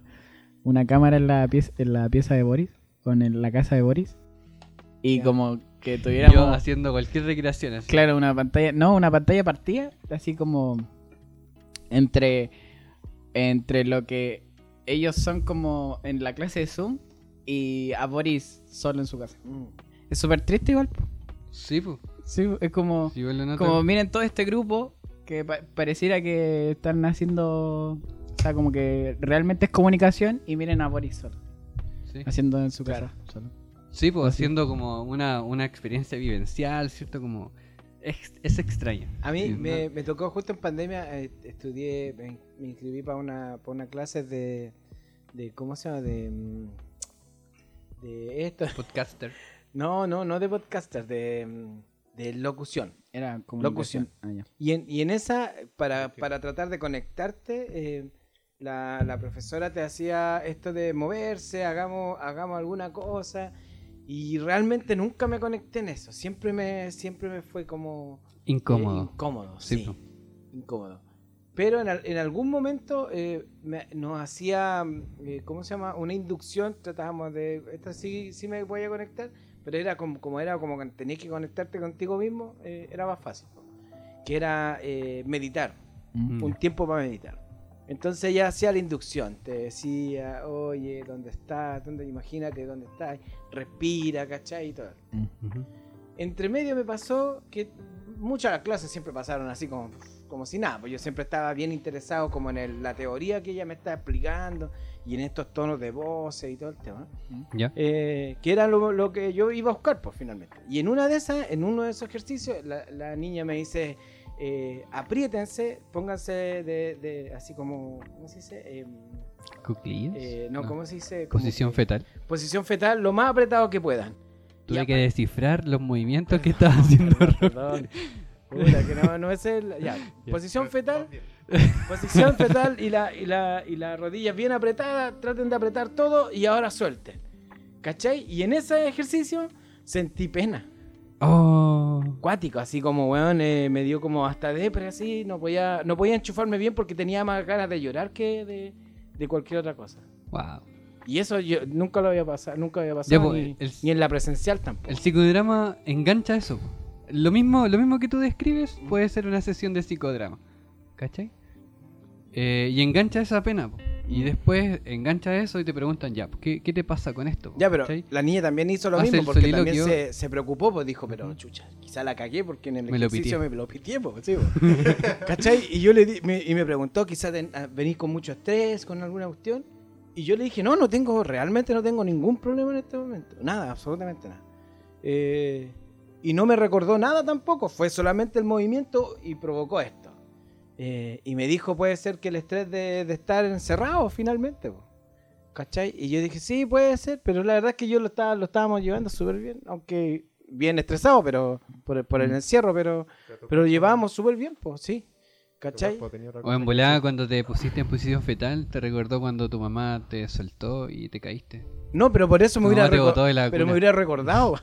una cámara en la pieza en la pieza de Boris con el- la casa de Boris y como que tuviéramos Yo haciendo cualquier recreación así. Claro, una pantalla, no, una pantalla partida, así como entre entre lo que ellos son como en la clase de Zoom y a Boris solo en su casa. Mm. Es súper triste igual. po. Sí, pues. Sí, es como Si igual lo noto. como miren todo este grupo que pa- pareciera que están haciendo o sea, como que realmente es comunicación y miren a Boris solo, Sí. haciendo en su casa solo. Sí, pues Así. haciendo como una, una experiencia vivencial, ¿cierto? Como es, es extraño. A mí Sí, me, ¿no? me tocó justo en pandemia, eh, estudié, me, in- me inscribí para una, pa' una clase de, de, ¿cómo se llama? De, mm, de esto. Podcaster. No, no, no de podcaster, de, mm, de locución. Era Ah, como Locución. Y en, y en esa, para, para tratar de conectarte, eh, la, la profesora te hacía esto de moverse, hagamos, hagamos alguna cosa. Y realmente nunca me conecté en eso. Siempre me, siempre me fue como... eh, Incómodo. incómodo, Sí, sí. po. Incómodo. Pero en, al- en algún momento eh, me- nos hacía, mm, eh, ¿cómo se llama? Una inducción, tratábamos de, esta sí, sí me voy a conectar, pero era como, como era como que tenías que conectarte contigo mismo, eh, era más fácil. po. Que era eh, meditar, Mm. un tiempo para meditar. Entonces ella hacía la inducción, te decía, oye, ¿dónde estás? ¿Dónde? Imagínate dónde estás, respira, ¿cachai? Y todo. Entre medio me pasó que muchas clases siempre pasaron así como, como si nada, pues yo siempre estaba bien interesado como en el- la teoría que ella me estaba explicando y en estos tonos de voces y todo el tema. ¿Ya? Eh, que era lo, lo que yo iba a buscar, pues finalmente. Y en una de esas, en uno de esos ejercicios, la, la niña me dice, eh, apriétense, pónganse de, de- así como, ¿cómo se dice? Eh, ¿Cuclillas? eh, no, ¿cómo se dice? Como Ah, Posición que- fetal. Posición fetal, lo más apretado que puedan. Tuve Ya, que pa- descifrar los movimientos que estaba haciendo. Perdón, perdón. Puta, que no, no es el- ya. Posición fetal. Posición fetal y la, y la, y la rodilla bien apretada. Traten de apretar todo y ahora suelten. ¿Cachai? Y en ese ejercicio sentí pena. Oh, Cuático, así como, weón, eh, me dio como hasta depre, así. No podía, no podía enchufarme bien porque tenía más ganas de llorar que de, de cualquier otra cosa. wow. Y eso yo nunca lo había pasado, nunca había pasado. Ya, pues, ni, el- ni en la presencial tampoco. El psicodrama engancha eso. Lo mismo, lo mismo que tú describes puede ser una sesión de psicodrama. ¿Cachai? Eh, y engancha esa pena. po. Y Mm. después engancha eso y te preguntan, ya, ¿qué, qué te pasa con esto? po? Ya, pero ¿Cachai? la niña también hizo lo Hace mismo el porque también soliloquio. se, se preocupó, pues dijo, pero chucha, quizá la cagué porque en el Me lo ejercicio me lo pitié, pues, sí, pues. ¿Cachai? Y yo le di, me, y me preguntó, quizá ten- ah, venís con mucho estrés, con alguna cuestión. Y yo le dije, no, no tengo, realmente no tengo ningún problema en este momento. Nada, absolutamente nada. Eh, y no me recordó nada tampoco, fue solamente el movimiento y provocó esto. Eh, y me dijo, puede ser que el estrés de, de estar encerrado finalmente, pues". po. ¿cachai? Y yo dije, sí, puede ser, pero la verdad es que yo lo, estaba, lo estábamos llevando súper bien, aunque bien estresado pero por, el- por el encierro, pero, pero lo llevábamos súper bien, pues sí, ¿cachai? O en volada cuando te pusiste en posición fetal, te recordó cuando tu mamá te soltó y te caíste. No, pero por eso me Tu hubiera, mamá te reco- botó de la pero me cuna. hubiera recordado,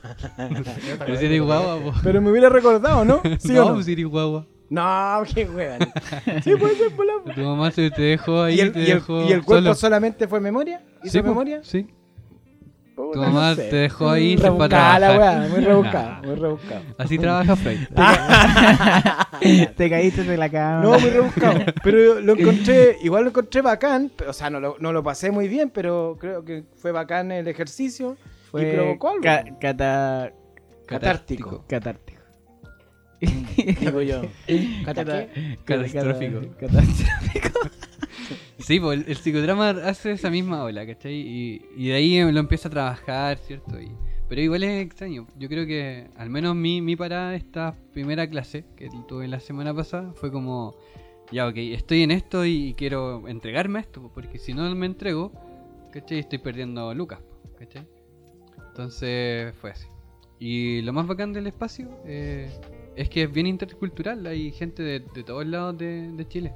Pero si eres guagua, po. pero me hubiera recordado, ¿no? ¿Sí no, pues o no? si eres guagua. No, qué hueá. Sí, puede ser, por la- Tu mamá se te dejó ahí, ¿Y el, te y el- dejó y el cuerpo solo. solamente fue memoria? ¿Hizo Sí, pues. po, memoria? Sí. Puta, Tu mamá sé. te dejó ahí se fue a Rebuscada la trabajar. weá, muy rebuscada, muy rebuscada. Así trabaja Freud. Te caíste de la cama. No, muy rebuscado. Pero lo encontré, igual lo encontré bacán. pero, O sea, no lo, no lo pasé muy bien, pero creo que fue bacán el ejercicio. Fue y provocó algo. ca- cata- Catártico. Mm, catártico. Digo yo. Cata- Cataqué. Catastrófico. cata- catastrófico. Sí, pues el, el psicodrama hace esa misma ola, ¿cachai? Y, y de ahí lo empieza a trabajar, ¿cierto? Y- pero igual es extraño. Yo creo que al menos mi, mi parada de esta primera clase que tuve la semana pasada fue como, ya, ok, estoy en esto y quiero entregarme a esto, porque si no me entrego, ¿cachai? Estoy perdiendo lucas, po, ¿cachai? Entonces fue así. Y lo más bacán del espacio eh, es que es bien intercultural, hay gente de, de todos lados de, de Chile.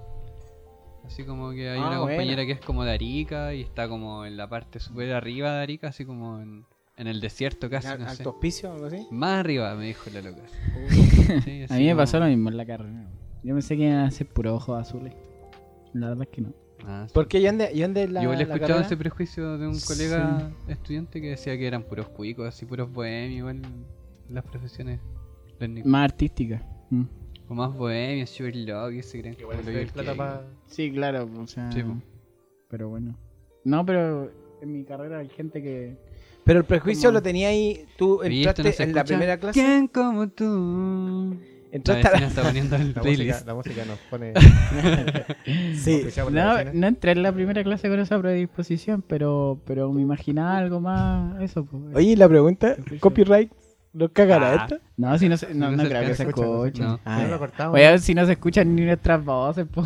Así como que hay Ah, una buena. compañera que es como de Arica y está como en la parte súper arriba de Arica, así como en, en el desierto casi, no sé. ¿Alto Uh. hospicio o algo así? Más arriba, me dijo la loca. Sí, A así mí me como- pasó lo mismo en la carrera. Yo pensé que iban a ser puros ojos azules. La verdad es que no. Ah, sí. Porque yo andé, yo andé en la. Yo le he la escuchado carrera. ese prejuicio de un colega estudiante que decía que eran puros cuicos, así puros bohemios, igual las profesiones del Nico. Más artística. Mm. O más bohemios, Sherlock, y se creen que Igual como hay lo plata que- para. Sí, claro, o sea. Sí, po. Pero bueno. No, pero en mi carrera hay gente que. Pero el prejuicio Como- lo tenía ahí. Tú Oye, entraste esto no se en la escucha. primera clase. ¿Quién como tú? La Entraste a vecina la. está poniendo el La música, playlist. la música nos pone. Sí. escuchamos la No, vecina. no entré en la primera clase con esa predisposición, pero, pero me imaginaba algo más. Eso, pues. Oye, la pregunta: ¿copyright no cagará Ah, esto? No, si no, se- no, No no se creo que se alcanza, no se escuche. No, Ah, no lo cortamos. Voy a ver si no se escuchan ni nuestras voces, po.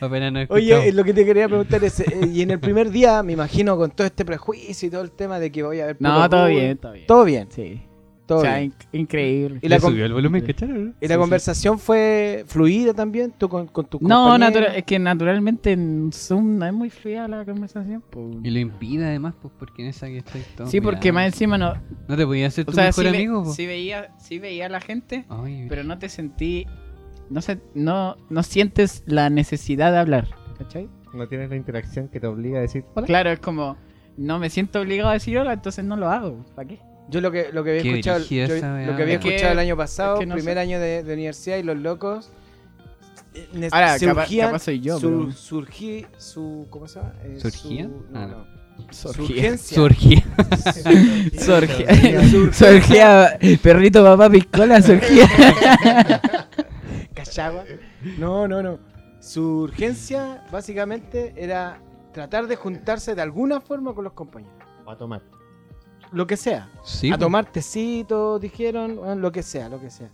apenas no Oye, eh, escuchamos. lo que te quería preguntar es, eh, y en el primer día, me imagino, con todo este prejuicio y todo el tema de que voy a ver... No, puro todo Uh. Google, bien, todo bien. Todo bien, Sí. todo o sea, bien. inc- increíble. Y la, ¿Le con- subió el volumen, ¿cacharon? y la sí. conversación fue fluida también, tú con, con tus No, compañeros? natura- es que naturalmente en Zoom no es muy fluida la conversación. po. Y lo impide además, pues porque en esa que estáis todo Sí, porque más mirando. encima no. No te podías hacer tu O sea, mejor sí, ve- amigo, pues. po. sí veía, sí veía a la gente, Ay, pero no te sentí. No, sé, no, no sientes la necesidad de hablar. ¿Cachai? No tienes la interacción que te obliga a decir. Hola. Claro, es como. No me siento obligado a decir hola, entonces no lo hago. ¿Para qué? Yo lo que, lo que había Qué escuchado, brígida yo- esa lo weá, que había Es que- escuchado el año pasado, es que no primer sé. año de, de universidad y los locos, eh, ne- Ahora, capaz- surgían capaz soy yo, Su, pero- surgí, su, ¿Cómo se llama? Eh, ¿Surgían? su- no, Ah, no. no. Surgía. Surgía. Surgía. Surgía. Perrito papá piscola surgía. Cachagua. No, no, no. Su urgencia básicamente era tratar de juntarse de alguna forma con los compañeros. Para tomar. Lo que sea. Sí, a tomar tecito, dijeron, bueno, lo que sea, lo que sea.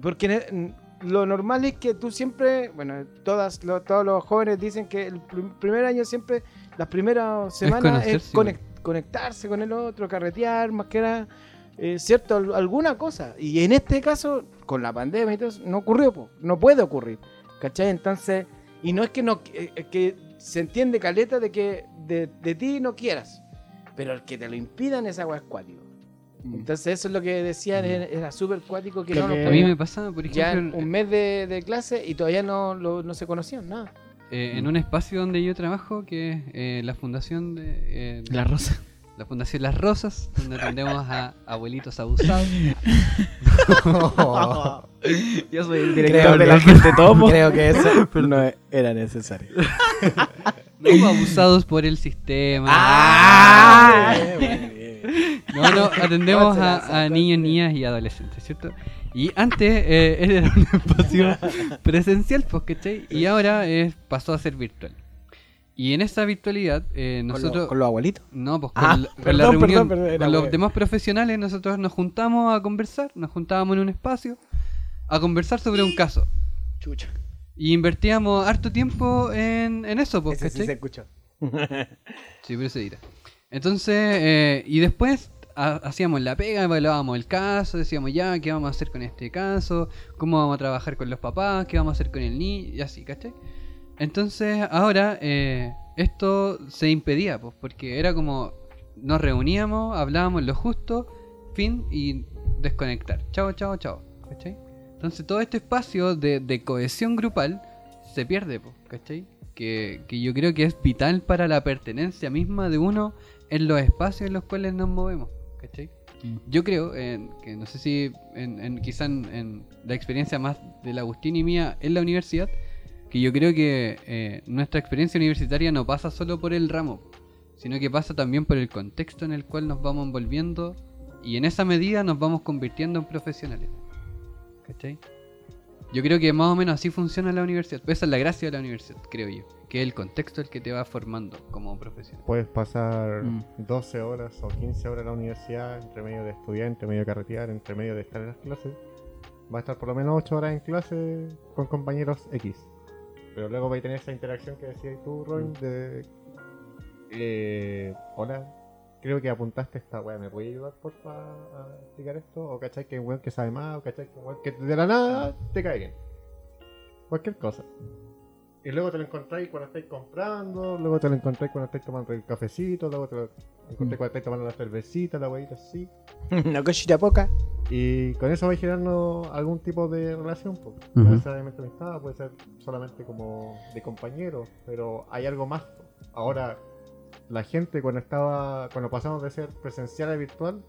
Porque ne- lo normal es que tú siempre, bueno, todas, lo- todos los jóvenes dicen que el pr- primer año siempre, las primeras semanas es, conocerse, conec- conectarse con el otro, carretear, más que nada, eh, ¿cierto? Al- Alguna cosa. Y en este caso, con la pandemia y todo eso, no ocurrió, po. no puede ocurrir. ¿Cachai? Entonces, y no es que no, eh, eh, que se entiende caleta de que de, de ti no quieras, pero el que te lo impidan es agua acuático. Entonces eso es lo que decían, era- era súper cuático Mm. que Lo no nos que- A mí me pasaba, por eh, ya en ejemplo, eh, un mes de, de clase y todavía no, lo- no se conocían nada. eh, en un espacio donde yo trabajo, que es eh, la fundación de, eh, La rosa. la fundación Las Rosas, donde atendemos a abuelitos abusados. Yo soy el Creo que- gente topo. Creo que eso no era necesario. No abusados por el sistema. Ah, No, no, atendemos a, a niños, niñas y adolescentes, ¿cierto? Y antes eh, era un espacio presencial, pues, ¿cachai? Y ahora eh, pasó a ser virtual. Y en esa virtualidad, eh, ¿Con, nosotros... los- con los abuelitos. No, pues Ah, con, la- con perdón, la perdón, reunión, perdón, era con los huevo. demás profesionales, nosotros nos juntamos a conversar, nos juntábamos en un espacio a conversar sobre un caso. Chucha. Y invertíamos harto tiempo en, en eso, pues, Ese sí ¿cachai? se escuchó. Sí, pero se dirá. Entonces, eh, y después ha- hacíamos la pega, evaluábamos el caso, decíamos ya, ¿qué vamos a hacer con este caso? ¿Cómo vamos a trabajar con los papás? ¿Qué vamos a hacer con el niño? Y así, ¿cachai? Entonces, ahora eh, esto se impedía, pues, porque era como nos reuníamos, hablábamos lo justo, fin, y desconectar. Chao, chao, chao, ¿cachai? Entonces, todo este espacio de, de cohesión grupal se pierde, po, ¿cachai? Que, que yo creo que es vital para la pertenencia misma de uno en los espacios en los cuales nos movemos, ¿cachai? Yo creo, eh, que no sé si en, en- quizá en, en la experiencia más del Agustín y mía en la universidad, que yo creo que eh, nuestra experiencia universitaria no pasa solo por el ramo, sino que pasa también por el contexto en el cual nos vamos envolviendo y en esa medida nos vamos convirtiendo en profesionales. ¿Cachai? Yo creo que más o menos así funciona la universidad. Pues esa es la gracia de la universidad, creo yo. Que es el contexto el que te va formando como profesional. Puedes pasar Mm. 12 horas o 15 horas en la universidad, entre medio de estudiar, entre medio de carretear, entre medio de estar en las clases. Va a estar por lo menos 8 horas en clase con compañeros X. Pero luego va a tener esa interacción que decías tú, Robin, de... eh, hola, creo que apuntaste esta weá, ¿me puedes ayudar porfa a explicar esto? ¿O cachai que hay un weón que sabe más? ¿O cachai que hay un weón que de la nada te cae bien? Cualquier cosa. Y luego te lo encontráis cuando estáis comprando, luego te lo encontráis cuando estáis tomando el cafecito, luego te lo encontráis cuando estáis tomando la cervecita, la huevita así. Una cosita poca. Y con eso vais generando algún tipo de relación. po. No Ujú. necesariamente amistad, puede ser solamente como de compañero, pero hay algo más. po. Ahora, la gente cuando estaba cuando pasamos de ser presencial a virtual,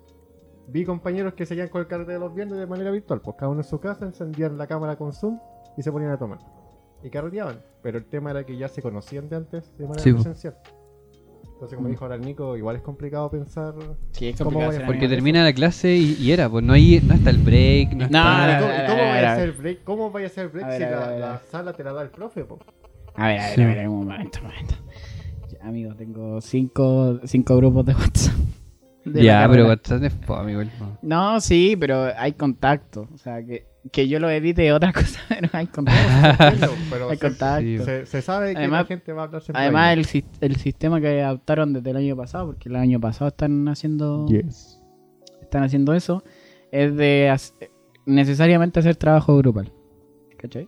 vi compañeros que seguían con el carrete de los viernes de manera virtual. Pues cada uno en su casa encendían la cámara con Zoom y se ponían a tomar. Y carreteaban. Pero el tema era que ya se conocían de antes de manera Sí, po. Mm. presencial. Entonces, como dijo ahora el Nico, igual es complicado pensar. Sí, es ¿Cómo voy a- hacer Porque amigos. termina la clase y, y era, pues no, hay, no está el break, no está... No, Ahora, no, ¿cómo- no, no, ¿Cómo no, vaya a no. ser break? ¿Cómo vaya a ser break A ver, si a ver, la, a ver. la sala te la da el profe? po? A ver, a ver, a ver, un momento, un momento. Ya, amigo, tengo cinco, cinco grupos de WhatsApp. De la ya, carrera. pero WhatsApp es fome, igual. pues. po. No, sí, pero hay contacto. O sea, que, que yo lo edite es otra cosa, pero hay contacto. Bueno, pero hay se, contacto. se- se sabe que Además- la gente va a hablar siempre. Además, ahí. el, sis- el sistema que adoptaron desde el año pasado, porque el año pasado están haciendo, están haciendo eso, es de hac- necesariamente hacer trabajo grupal. ¿Cachai?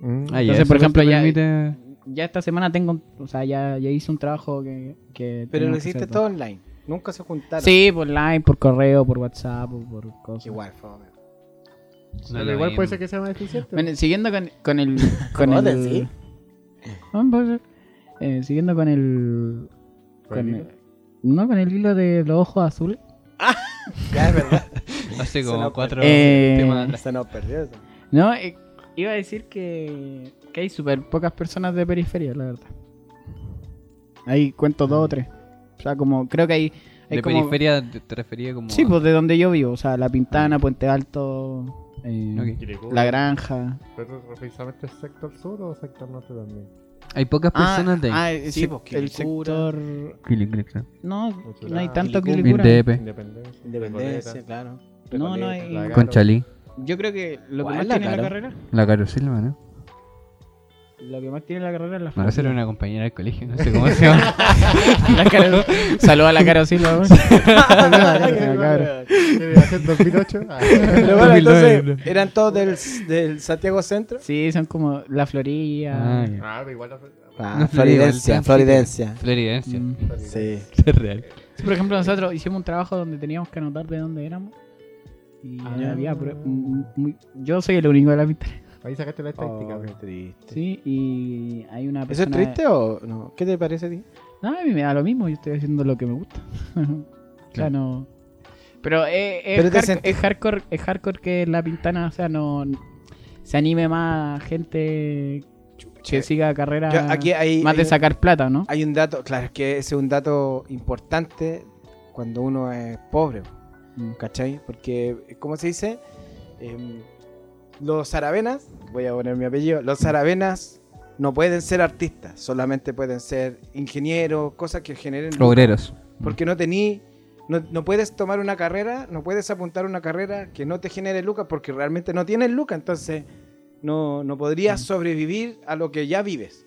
Mm. Ah, ya, Entonces, eso por pues ejemplo, te ya- permite- Ya esta semana tengo, o sea, ya, ya hice un trabajo que... que Pero tenemos lo que hiciste hacer todo online. Nunca se juntaron. Sí, por line, por correo, por WhatsApp, o por cosas. Igual, fome. No Pero es lo igual pues, puede mismo. ser que sea más eficiente. Bueno, siguiendo con, con el. Con ¿Cómo el decís? Ah, puede ser. Eh, siguiendo con el. ¿Con con el el- hilo? no, con el hilo de los ojos azules. Ya es verdad. Hace Se como nos- cuatro Eh, temas atrás. se nos perdió eso. No, eh, iba a decir que. que hay súper pocas personas de periferia, la verdad. Ahí cuento dos o tres. O sea, como creo que hay... hay de como- periferia te, te refería como. Sí, pues de donde yo vivo. O sea, La Pintana, Puente Alto, eh, Ok. La Granja. ¿Pero precisamente el sector sur o sector norte también? Hay pocas personas de ahí. ah, el, Sí, sec- pues, que el Licura. sector... Bien No, que no hay Ah, tanto que Quilicura. Licura. DP, Independencia. Independencia, Recoleta, claro. No, no Recoleta. hay... La- Con Chalí. Yo creo que lo que ¿Cuál más la tiene la Caro? carrera... La Caro Silva, ¿no? Ah, Lo que más tiene la carrera es la No, esa era una compañera del colegio, no sé cómo se llama. La Caro- Saluda a la Caro Silva, weón. La cabra. Generación 2008. Ah, Pero bueno, entonces, ¿eran todos del, del Santiago Centro? Sí, son como la Florilla. Ah, ya. Ah, pero igual. la- Ah, Floridencia, Floridencia. Floridencia. Mm. Sí. Es real. Sí, por ejemplo, nosotros hicimos un trabajo donde teníamos que anotar de dónde éramos. Y Ah. había prue- m- muy- yo soy el único de la pista. Ahí sacaste la estadística. Oh, qué güey. triste. eh. Sí, y hay una ¿Eso es persona. triste o no? ¿Qué te parece a ti? No, a mí me da lo mismo, yo estoy haciendo lo que me gusta. o sea, no. Pero, eh, es, Pero te hardco- sentí- es hardcore, es hardcore que la pintana, o sea, no. Se anime más gente que siga carrera. Yo aquí hay, Ah, más hay de un- sacar plata, ¿no? hay un dato, claro, es que ese es un dato importante cuando uno es pobre, Mm. ¿cachai? Porque, ¿cómo se dice? Em, los arabenas, voy a poner mi apellido, los arabenas no pueden ser artistas, solamente pueden ser ingenieros, cosas que generen... Obreros. Porque no tení, no, no puedes tomar una carrera, no puedes apuntar una carrera que no te genere lucas porque realmente no tienes lucas, entonces no, no podrías sobrevivir a lo que ya vives.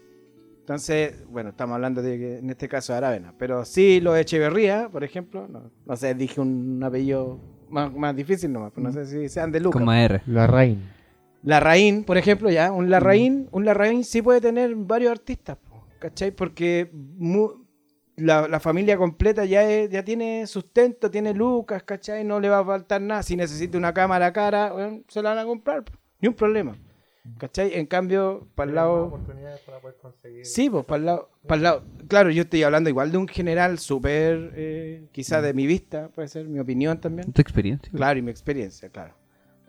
Entonces, bueno, estamos hablando de que en este caso de Aravena, pero sí los Echeverría, por ejemplo, no, no sé, dije un apellido más, más difícil nomás, pero no sé si sean de lucas. Como R. La Rain. Larraín, por ejemplo, ya, un Larraín, un Larraín sí puede tener varios artistas, po, ¿cachai? Porque mu- la, la familia completa ya, es- ya tiene sustento, tiene lucas, ¿cachai? No le va a faltar nada. Si necesita una cámara cara, bueno, se la van a comprar, po, ni un problema, ¿cachai? En cambio, para el lado... oportunidades para poder conseguir. Sí, pues para el lado, para el lado... Claro, yo estoy hablando igual de un general súper, eh, quizá de mi vista, puede ser, mi opinión también. Tu experiencia. Claro, y mi experiencia, claro.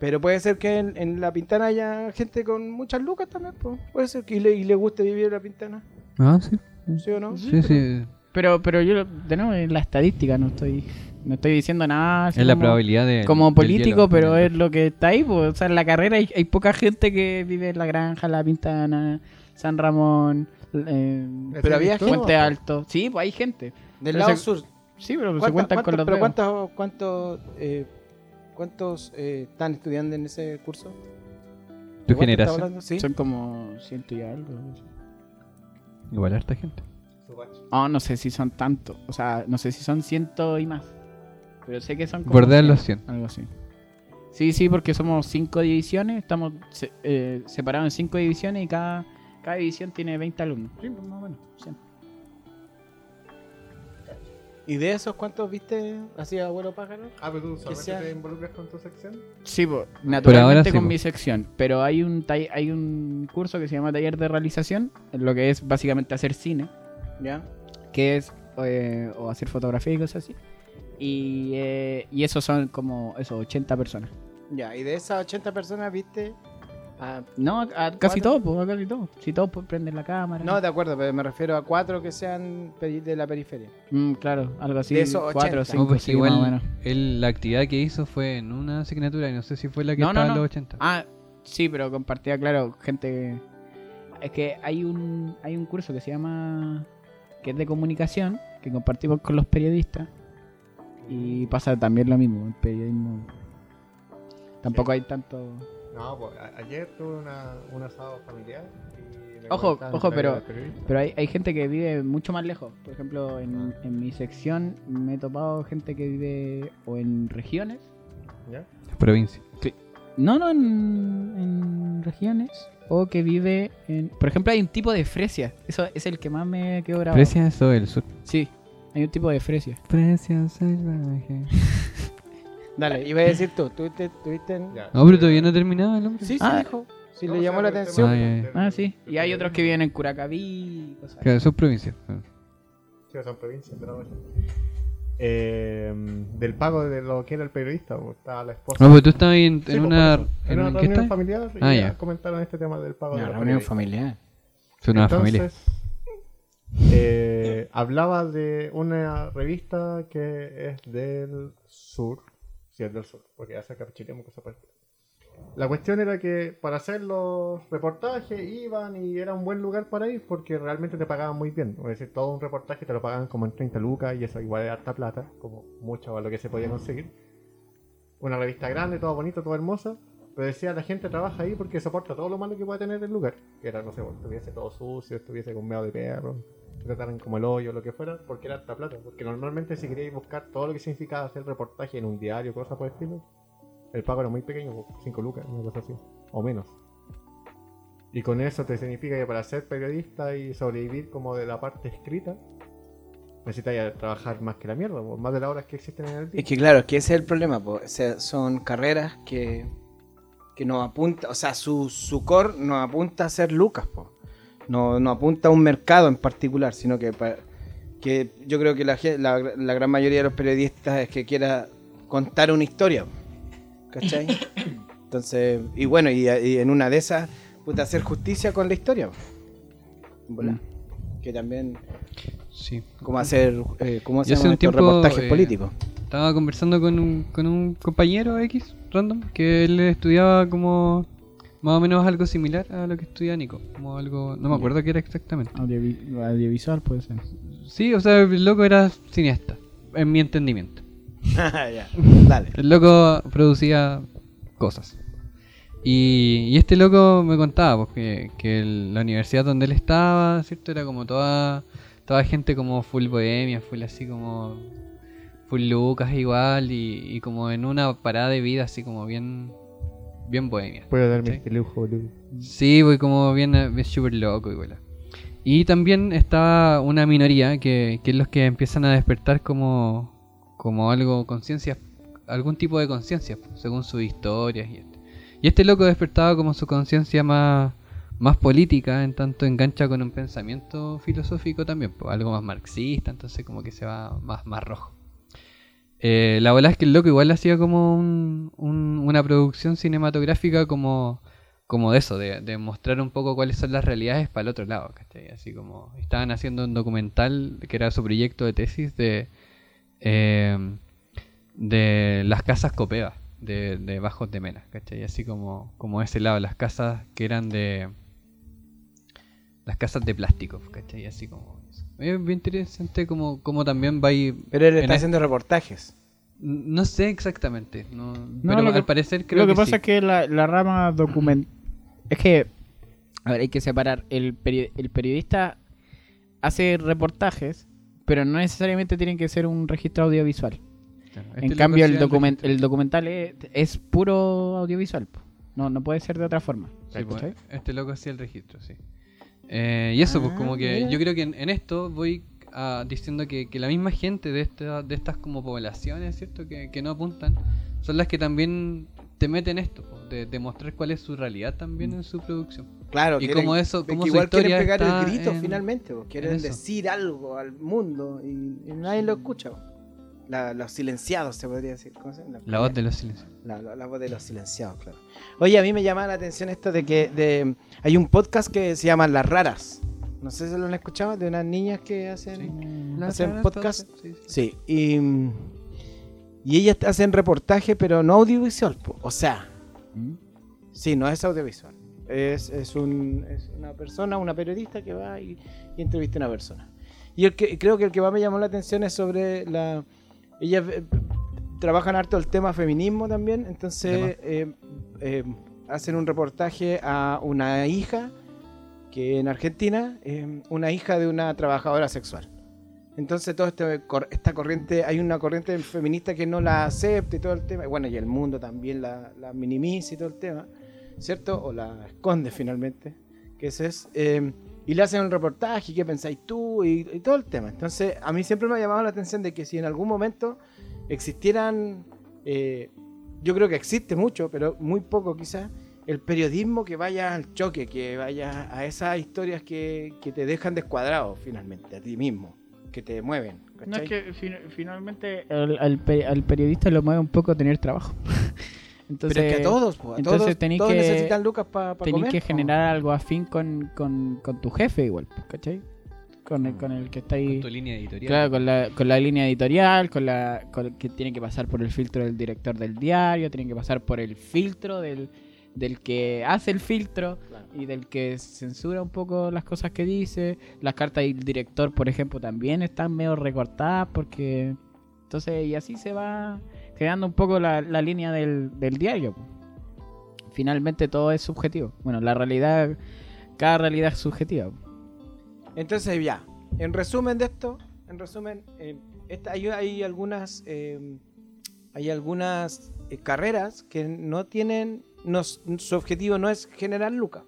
Pero puede ser que en, en la pintana haya gente con muchas lucas también, po. puede ser que y le, y le guste vivir en la pintana, Ah, sí. ¿sí o no? Sí, sí. Pero, pero yo, lo- de nuevo, en la estadística no estoy, no estoy diciendo nada. así Es la como- probabilidad de. Como político, pero es lo que está ahí, pues. O sea, en la carrera hay, hay poca gente que vive en La Granja, La Pintana, San Ramón, eh, Pero había ¿Todo? Puente Alto. Sí, pues hay gente. Del Pero lado se- sur. Sí, pero se ¿Cuántas- cuentan con cuántas- los pero dedos. cuántos, cuántos, eh, cuántos eh, están estudiando en ese curso? ¿De Tu cuánto estamos generación. hablando? Sí. Son como ciento y algo. Igual harta gente. Ah, no sé si son tantos. O sea, no sé si son ciento y más. Pero sé que son como. Bordean cien, los 100. Algo así. Sí, sí, porque somos cinco divisiones. Estamos se- eh, separados en cinco divisiones y cada, cada división tiene 20 alumnos. Sí, pues, más o menos. 100. ¿Y de esos cuántos viste así abuelo pájaro? Ah, pero tú solamente sea- te involucras con tu sección. Sí, po, naturalmente ahora sí, con po. mi sección, pero hay un tall- hay un curso que se llama taller de realización, en lo que es básicamente hacer cine, ¿Ya? que es eh, o hacer fotografía y cosas así. Y, eh, y eso son como eso, 80 personas. Ya, y de esas 80 personas viste... a- No, a- a Ah. casi ¿Cuatro? todo, po, a casi todo. Si todos po, prenden la cámara. no, de acuerdo, pero me refiero a cuatro que sean peri- de la periferia. Mm, claro, algo así. De esos 4 o 80. No, 5, pues sí, más o igual menos. él, la actividad que hizo fue en una asignatura y no sé si fue la que No, no, estaba en no. los 80. Ah, sí, pero compartía, claro, gente. Es que hay un, hay un curso que se llama. que es de comunicación, que compartimos con los periodistas. Y pasa también lo mismo, el periodismo. Tampoco hay tanto. No, pues a- ayer tuve una, un asado familiar. Y me Ojo, comentaban ojo, la pero- vida del periodista. Pero hay, hay gente que vive mucho más lejos. Por ejemplo, en, en mi sección me he topado gente que vive o en regiones. ¿Ya? Provincia. No, no, en, en regiones. O que vive en. Por ejemplo, hay un tipo de fresia. Eso es el que más me quedó grabado. Precia eso del sur. Sí, hay un tipo de fresia. Precia salvaje. Dale, iba a decir tú, tuviste... tuviste en- Ya. No, pero todavía no terminaba el hombre. Sí, sí, Ah. dijo. Si No, le o sea, llamó la por el atención. tema Ah, del- ya, del- Ah, sí. del Y hay otros que periodismo. viven en Curacaví. y cosas así. Claro, son provincias. Sí, son provincias, pero bueno. eh, del pago de lo que era el periodista. pues, Estaba la esposa. No, pero tú estabas en, Sí, pues, en una. por eso. ¿En, En una ¿en qué reunión estás? familiar y Ah, ya ya. comentaron este tema del pago de Una los reunión periodistas. familiar. Es una familia. Entonces, eh, hablaba de una revista que es del sur. Sí, es del sur, porque hace que chileamos cosas parecidas. La cuestión era que para hacer los reportajes iban y era un buen lugar para ir porque realmente te pagaban muy bien. Es decir, todo un reportaje te lo pagaban como en 30 lucas y eso igual es harta plata, como mucho a lo que se podía conseguir. Una revista grande, todo bonito, todo hermosa. Pero decía, la gente trabaja ahí porque soporta todo lo malo que pueda tener el lugar. Que era, no sé, pues, estuviese todo sucio, estuviese con meado de perro, te trataran como el hoyo, lo que fuera, porque era harta plata. Porque normalmente si queríais buscar todo lo que significaba hacer reportaje en un diario, cosas por el estilo, el pago era muy pequeño, 5 lucas, una cosa así, o menos. Y con eso te significa que para ser periodista y sobrevivir como de la parte escrita, necesitas trabajar más que la mierda, pues, más de las horas que existen en el día. Es que claro, es que ese es el problema, po. O sea, son carreras que, que nos apunta, o sea, su, su core nos apunta a ser Lucas, po. No, no apunta a un mercado en particular, sino que, pa- que yo creo que la, ge- la, la gran mayoría de los periodistas es que quiera contar una historia, po. ¿cachai? Entonces, y bueno, y, y en una de esas, puta, hacer justicia con la historia, po. Volá. Mm. Que también, Sí. como hacer, eh, ¿cómo se Yo hace llaman un estos tiempo, reportajes eh, políticos? Estaba conversando con un, con un compañero X, random, que él estudiaba como más o menos algo similar a lo que estudia Nico. Como algo, no me acuerdo qué era exactamente. Audiovi- audiovisual puede ser. Sí, o sea, el loco era cineasta, en mi entendimiento. Ya, dale. El loco producía cosas. Y, y este loco me contaba pues, que, que el- la universidad donde él estaba, ¿cierto? Era como toda, toda gente como full bohemia, full así como full Lucas igual y, y como en una parada de vida así como bien bien bohemia. Puedo darme Sí. este lujo, boludo. Sí, voy como bien, eh, bien súper loco igual. Y también está una minoría que, que es los que empiezan a despertar como, como algo, conciencia, algún tipo de conciencia, según sus historias. Y este, y este loco despertaba como su conciencia más, más política, en tanto engancha con un pensamiento filosófico también, po, algo más marxista, entonces como que se va más, más rojo. Eh, la verdad es que el loco igual hacía como un- un- una producción cinematográfica como como de eso, de, de mostrar un poco cuáles son las realidades para el otro lado, ¿cachai? Así como estaban haciendo un documental que era su proyecto de tesis de, eh, de las casas copevas de, de Bajos de Mena, ¿cachai? Así como, como ese lado, las casas que eran de... Las casas de plástico, ¿cachai? Así como... eso. Es bien interesante como, como también va ahí... Pero él en e- está es- haciendo reportajes. No sé exactamente, no, pero lo que- al parecer creo lo que, que, pasa sí. es que la, la rama document... Es que, a ver, hay que separar. El, peri- el periodista hace reportajes, pero no necesariamente tienen que ser un registro audiovisual. Claro, este en lo cambio, el, consideran document- el documental es, es puro audiovisual. po. No, no puede ser de otra forma. Sí, pues, ¿Cachai? este loco hacía el registro, sí. Eh, y eso, pues Ah, como que mira. yo creo que en, en esto voy ah, diciendo que, que la misma gente de, esta, de estas como poblaciones, ¿cierto? Que, que no apuntan, son las que también te meten esto, pues, de, de mostrar cuál es su realidad también en su producción. Claro, Y quieren- como eso, es como que su igual quieren historia pegar el está grito en- finalmente, vos, en quieren eso. decir algo al mundo y, y nadie lo escucha. vos. La- los silenciados se podría decir. ¿Cómo se llama? La voz de los silencios. La, la- la voz de los silenciados, claro. Oye, a mí me llamaba la atención esto de que de- hay un podcast que se llama Las Raras. No sé si lo han escuchado, de unas niñas que Mm. hacen, hacen podcast. Sí, sí. Sí, y, y ellas hacen reportaje, pero no audiovisual. po. O sea, ¿Mm? sí, no es audiovisual. Es, es un- es una persona, una periodista que va y, y entrevista a una persona. Y el que, creo que el que más me llamó la atención es sobre la... Ellas eh, trabajan harto el tema feminismo también, entonces eh, eh, hacen un reportaje a una hija que en Argentina, eh, una hija de una trabajadora sexual. Entonces todo este cor- esta corriente, hay una corriente feminista que no la acepta y todo el tema, y bueno, y el mundo también la, la minimiza y todo el tema, ¿cierto? O la esconde finalmente, que ese es. eh, y le hacen un reportaje, ¿qué pensáis tú? Y, y todo el tema. Entonces a mí siempre me ha llamado la atención de que si en algún momento existieran, eh, yo creo que existe mucho, pero muy poco quizás, el periodismo que vaya al choque, que vaya a esas historias que, que te dejan descuadrado finalmente, a ti mismo que te mueven. No es ¿cachai? que fin- finalmente al, al pe- al periodista lo mueve un poco tener trabajo. Entonces, Pero es que a todos, po, a entonces todos, tenés todos que- necesitan lucas para tenés que generar algo afín con, con, con tu jefe igual, pues, ¿cachai? Con el, con el que está ahí. Mm. Con tu línea editorial. Claro, con la, con la línea editorial, con la con el que tiene que pasar por el filtro del director del diario, tiene que pasar por el filtro del, del que hace el filtro y del que censura un poco las cosas que dice. Las cartas del director, por ejemplo, también están medio recortadas porque... Entonces, y así se va creando un poco la, la línea del, del diario. po. Finalmente todo es subjetivo. Bueno, la realidad, cada realidad es subjetiva. po. Entonces ya, en resumen de esto, en resumen, eh, esta- hay, hay algunas, eh, hay algunas eh, carreras que no tienen, no s- su objetivo no es generar lucas,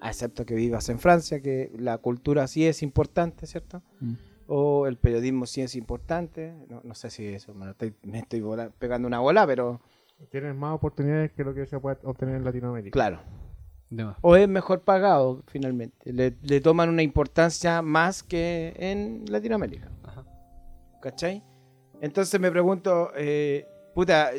excepto que vivas en Francia, que la cultura sí es importante, ¿cierto? Mm. O el periodismo sí es importante, no, no sé si eso, me, lo estoy, me estoy vola- pegando una bola, pero Tienes más oportunidades que lo que se puede obtener en Latinoamérica. claro. De más. O es mejor pagado finalmente. Le, le toman una importancia más que en Latinoamérica. ¿Cachai? Entonces me pregunto, eh, puta,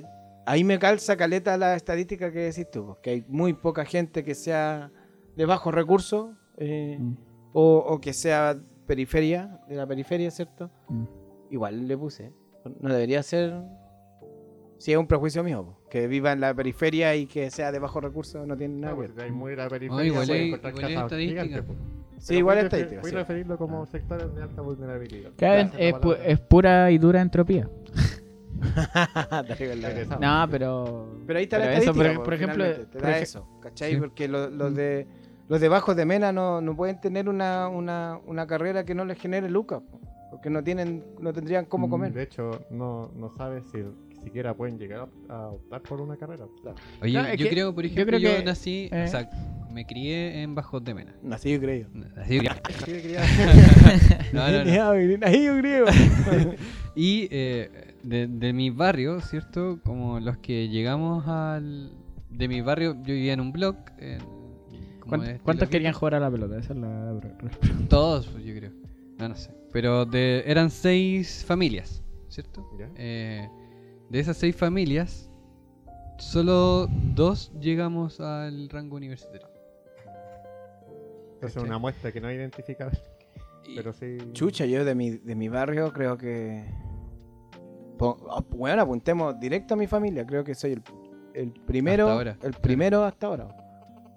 ahí me calza caleta la estadística que decís tú, po, que hay muy poca gente que sea de bajos recursos eh, Mm. o, o que sea periferia, de la periferia, ¿cierto? Mm. Igual le puse. No debería ser. Si es un prejuicio mío, po, que viva en la periferia y que sea de bajos recursos no tiene nada. No, que ver. pues, si hay muy la No, periferia, igual puedes hay- encontrar igual hay casas estadística. gigantes, pues. Sí, Pero igual voy estadística. refer- Voy sí. a referirlo como sectores de alta vulnerabilidad. Cada vez Esa es, pu- la palabra. es pura y dura entropía. Terrible, la verdad. Regresamos. No, pero. Pero ahí está pero la eso, estadística, por, po, por ejemplo, finalmente, te por da ej- eso, ¿cachai? Sí. Porque lo- los de los de bajos de Mena no, no pueden tener una, una, una carrera que no les genere lucas, po, porque no tienen no tendrían cómo Mm, comer. De hecho, no, no sabes si siquiera pueden llegar a, a optar por una carrera. pues. Oye, Claro, es yo que- creo, por yo ejemplo, yo, creo que- nací, eh. o sea, me crié en Bajos de Mena. Así yo creo. Así que- No, no, no. Así yo creo. Y eh, de, de mi barrio, ¿cierto? Como los que llegamos al... De mi barrio, yo vivía en un blog. en- como este, ¿Cuánto- de estilo ¿Cuántos hippie. querían jugar a la pelota? Esa es la. Todos, pues, yo creo. No, no sé. Pero de, eran seis familias, ¿cierto? Ya. Eh, de esas seis familias, solo dos llegamos al rango universitario. Entonces, una muestra que no identificable. Pero sí. Chucha, yo de mi, de mi barrio creo que po- ah, bueno, apuntemos directo a mi familia, creo que soy el, el primero Hasta ahora, el claro. primero hasta ahora.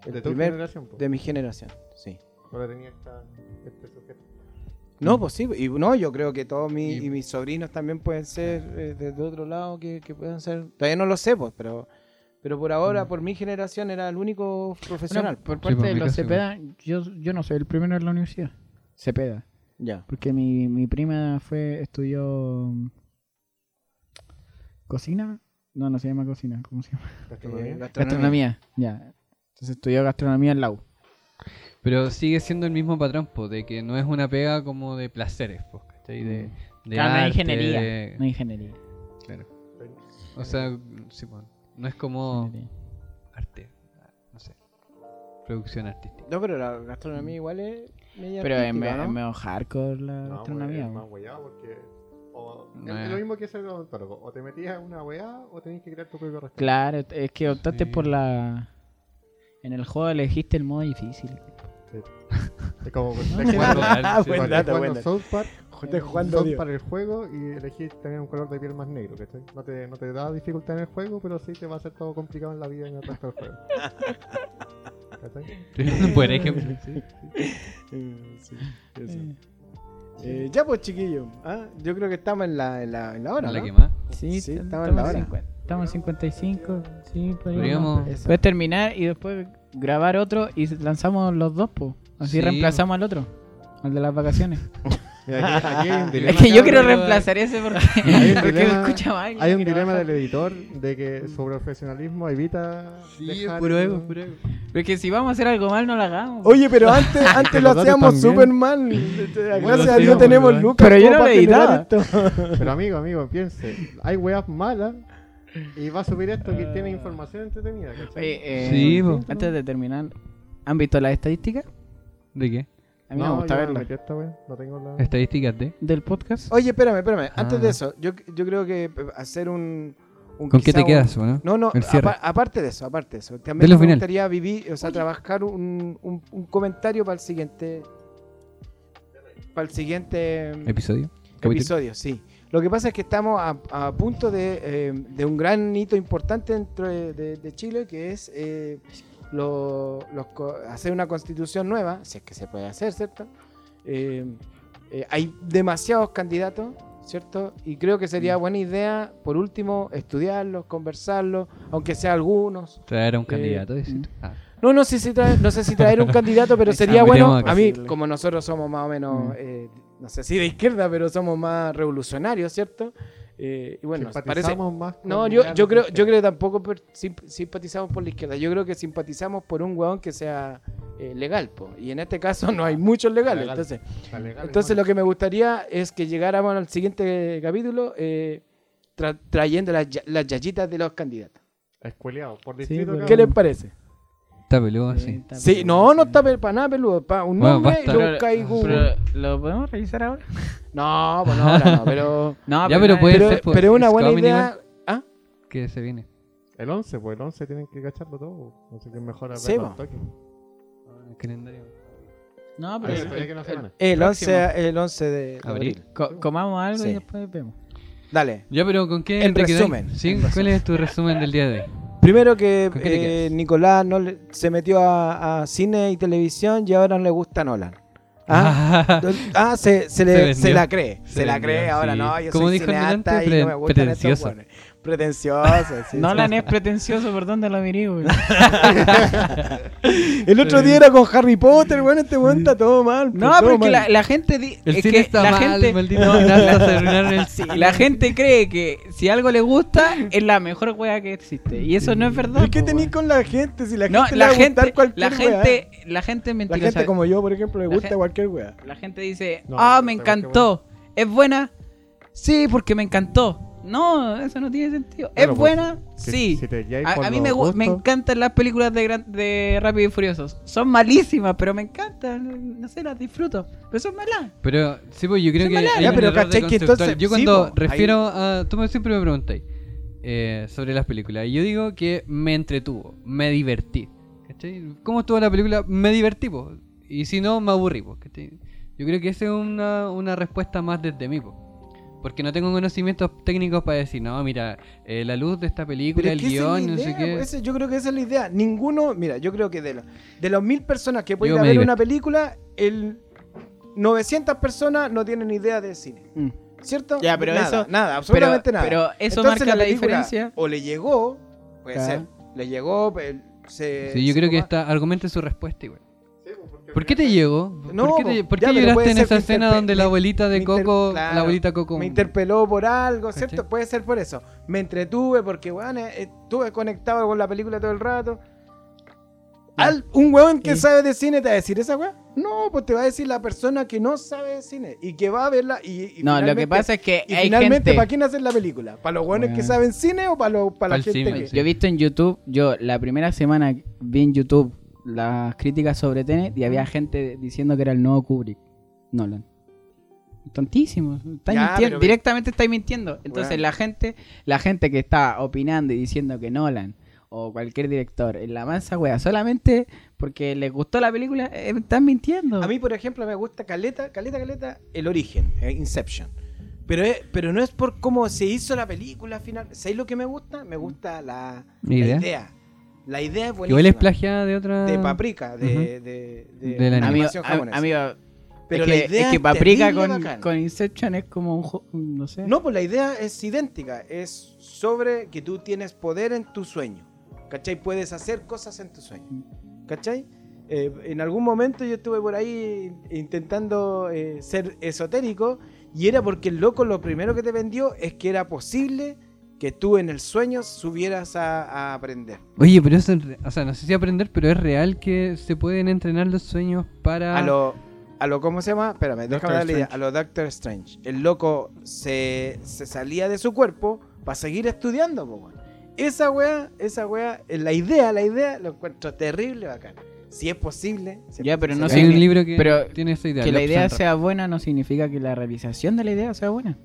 El de tu primer generación, po. de mi generación, sí. Ahora tenía esta- este sujeto. No, pues sí, y no, yo creo que todos mis, Y- y mis sobrinos también pueden ser eh, desde otro lado que, que puedan ser. Todavía no lo sé, pues, pero, pero por ahora, por mi generación, era el único profesional. por parte parte pues, de de mi los los caso Cepeda, Cepeda, yo, yo no soy el primero en la universidad. Cepeda. Ya. Porque mi, mi prima fue, estudió. mm, ¿Cocina? No, no se llama cocina, ¿cómo se llama? Gastronomía. Eh, Gastronomía, ya. Entonces estudió gastronomía en la U. Pero sigue siendo el mismo patrón, po, de que no es una pega como de placeres, po, ¿cachai? De, de Ah, no hay arte, ingeniería. de- No hay ingeniería. claro. Ah, O sea, sí, po, no es Oh. como ingeniería. arte, no sé, producción artística. No, pero la gastronomía igual es media Pero es artística, me- ¿no? pues, es medio hardcore la No, gastronomía. es po. más hueá porque. O, No es es. lo mismo que ser odontólogo. O te metías en una weá o tenías que crear tu propio restaurante. Claro, es que optaste Sí. por la. En el juego elegiste el modo difícil. Es como. Bueno, Estás claro, sí, buen po. dato. jugando buena. South Park. Estoy jugando, South tío. Park el juego y elegís tener un color de piel más negro. ¿cachai? No te, no te da dificultad en el juego, pero sí te va a hacer todo complicado en la vida en el resto del juego. ¿Cachai? Un buen ejemplo. Eh, sí, eso. Eh, ya, pues, chiquillo. ¿ah? Yo creo que estamos en la, en la, en la hora. la ¿no? que más. Sí, Sí, t- estaba en la hora. 50, estamos en 55. Sí, podríamos. Podríamos... Eso. Puedes terminar y después grabar otro y lanzamos los dos, po. Así Sí. reemplazamos al otro. Al de las vacaciones. Mira, aquí- aquí hay un dilema. es que yo quiero cabrón. reemplazar ese porque, Hay un porque me dilema- escucha mal. Hay un Quiero dilema bajar. del editor de que su profesionalismo evita. dejar el- Porque si vamos a hacer algo mal, no lo hagamos. Oye, pero antes, antes lo Los datos hacíamos también. súper mal. Gracias lo a Dios hacíamos, tenemos ¿verdad? lucas. Pero yo como no para leí generar nada. esto. Pero amigo, amigo, piense. Hay weas malas y va a subir esto que tiene información entretenida. ¿cachai? Oye, eh, Sí, po. antes de terminar, ¿han visto las estadísticas? ¿De qué? A mí no, me gusta yo verlo. metí esta wea, no tengo la. Este, Estadísticas de. Del podcast. Oye, espérame, espérame. Antes de Ah. eso, yo, yo creo que eh, hacer un. un ¿Con qué quizá te un- quedas, o no? No, no, El cierre. apa- aparte de eso, aparte de eso. También Delo me final. gustaría vivir, o sea, trabajar un, un, un comentario para el siguiente. Para el siguiente Episodio. Capítulo. episodio, sí. Lo que pasa es que estamos a, a punto de, eh, de un gran hito importante dentro de, de- de Chile, que es eh, lo- los co- hacer una constitución nueva, si es que se puede hacer, ¿cierto? Eh, eh, hay demasiados candidatos, ¿cierto? Y creo que sería buena idea, por último, estudiarlos, conversarlos, aunque sea algunos. Traer a un Eh, candidato, decís tú. Ah. No, no sé si traer, no sé si traer un candidato, pero sería Ah, bueno. tenemos que A mí, decirle. como nosotros somos más o menos, Mm. eh, no sé si de izquierda, pero somos más revolucionarios, ¿cierto? Eh, y bueno, parece. Simpatizamos más con No, yo, ideas yo de creo, yo izquierda. creo que tampoco per- simp- simpatizamos por la izquierda. Yo creo que simpatizamos por un hueón que sea eh, legal, po. Y en este caso no hay muchos legales. Legal. Entonces, Está legal, entonces hermano. lo que me gustaría es que llegáramos al siguiente capítulo eh, tra- trayendo las, ya- las yayitas de los candidatos. Escueleado, por Sí, pues, distrito. pero- ¿Qué les cabrón. parece? Está peludo, Oh, sí. está Sí, bien, no, no sí. está pe- para nada peludo, para un Bueno, nombre basta. y Pero- un caigu. pero, ¿Lo podemos revisar ahora? No, bueno, ahora no, pero... No, Ya, pero puede pero, ser, pues, pero es una Scott buena idea... Minimal. ¿Ah? Que se viene. El 11, pues el 11 tienen que cacharlo todo. pues. No sé qué mejor Sí, verlo al pues. po. toque. El calendario. No, Ahí se pero pelea que una semana. El Próximo. 11, el 11 de Abril. abril. co- comamos algo Sí. y después vemos. Dale. Ya, pero ¿con qué En te quedáis? resumen, ¿Sí? en ¿Cuál es tu resumen del día de hoy? Primero que ¿Con qué te eh, quedas? Nicolás no le- se metió a, a cine y televisión y ahora no le gusta Nolan. Ah, Ah, se, se Se le, vendió. se la cree. Se Se, la vendió, cree ahora, sí. no, yo Como soy dijo el cineasta delante, y no pre- me gustan estos pretencioso. hueones. Pretencioso, sí, sí, Nolan sí. es pretencioso por donde lo mirí, güey. El otro día era con Harry Potter, bueno, este weón está todo mal. No, todo pero es que mal. la, la gente. di- El es cine que está la mal, gente, maldito. NASA se arruinaron el Sí, cine. la gente cree que si algo le gusta es la mejor wea que existe. Y eso no es verdad. ¿Y qué Pues, po, tenéis weón. con la gente? Si la gente No, le va la a gustar gente, la cualquier weá. gente, la gente es La mentirosa. gente como yo, por ejemplo, le La gusta gen- cualquier weá. La gente dice, No, ah, no me sé por qué encantó. ¿Es buena? Sí, porque me encantó. No, eso no tiene sentido. ¿Es Claro, pues, buena? Si- sí. si te guiáis a, por a mí los me, gu- me gustos, encantan las películas de, gran- de Rápido y Furiosos. Son malísimas, pero me encantan. No sé, las disfruto. Pero son malas. Pero, sí, pues yo creo Son que. malas. hay Ya, un pero error de cachai que conceptual. entonces- sí, Yo cuando po, ahí- refiero a. Tú me- siempre me preguntáis eh, sobre las películas. Y yo digo que me entretuvo, me divertí. ¿Cachai? ¿Cómo estuvo la película? Me divertí, po. Y si no, me aburrí, po. ¿Cachai? Yo creo que esa es una, una respuesta más desde mí, po. Porque no tengo conocimientos técnicos para decir, no, mira, eh, la luz de esta película, el es que esa es la guión, no sé idea, qué. pues, esa- yo creo que esa es la idea. Ninguno, mira, yo creo que de, la- de los mil personas que pueden Yo ir a me ver divertí. una película, el 900 personas no tienen idea de cine. ¿Cierto? Ya, pero nada, eso- Nada, absolutamente pero, Mm. nada. Pero eso Entonces, marca la, película diferencia. O le llegó, puede Claro. ser, le llegó, pe- se. Sí, yo creo que está está, argumente su respuesta igual. ¿Por qué te llegó? No, ¿Por qué, te- po, por ya, qué pero lloraste puede en ser esa que escena interpe- donde la me- abuelita me de inter- Coco, claro, la abuelita Coco Me interpeló por algo, ¿cierto? ¿Cachai? Puede ser por eso. Me entretuve porque, weón, eh, estuve conectado con la película todo el rato. Al- un weón que Sí. sabe de cine te va a decir esa weón. No, pues te va a decir la persona que no sabe de cine y que va a verla. Y, y No, lo que finalmente- pasa es que Y hay finalmente, gente... ¿para quién hacen la película? ¿Para los weones que Bueno. saben cine o para la Pa'l gente cine, que.? sí. Yo he visto en YouTube, yo la primera semana vi en YouTube las críticas sobre Tenet y Mm. había gente diciendo que era el nuevo Kubrick, Nolan. Tontísimo, estáis Ya, mintiendo, pero- directamente estáis mintiendo. Entonces Bueno. la gente, la gente que está opinando y diciendo que Nolan o cualquier director es la mansa wea, solamente porque les gustó la película, eh, están mintiendo. A mí, por ejemplo, me gusta Caleta, Caleta, Caleta, el origen, eh, Inception. Pero, es- pero no es por cómo se hizo la película final. ¿Sabéis lo que me gusta? Me gusta la, la ¿Idea? idea? La idea es buenísima. Igual es plagiada de otra. De Paprika, de, Ujú. de, de, De la Amigo, animación a- japonesa. amigo, pero es la que, idea es que es Paprika terrible con, bacán. con Inception es como un, jo- un- no sé. No, pues la idea es idéntica. Es sobre que tú tienes poder en tu sueño. ¿Cachai? Puedes hacer cosas en tu sueño. ¿Cachai? Eh, en algún momento yo estuve por ahí intentando eh, ser esotérico y era porque el loco lo primero que te vendió es que era posible que tú en el sueño subieras a, a aprender. Oye, pero eso. es re- O sea, no sé si aprender, pero es real que se pueden entrenar los sueños para. A lo, a lo, ¿cómo se llama? Espérame, déjame Doctor darle idea. A Strange. lo Doctor Strange. El loco se, se salía de su cuerpo para seguir estudiando, po, weón. Esa weá, esa weá, eh, la idea, la idea, lo encuentro terrible bacán. si es posible. si es Ya, pero no posible. Hay signi- un libro que pero tiene esa idea. Que la Lobster idea and Rock. sea buena no significa que la realización de la idea sea buena.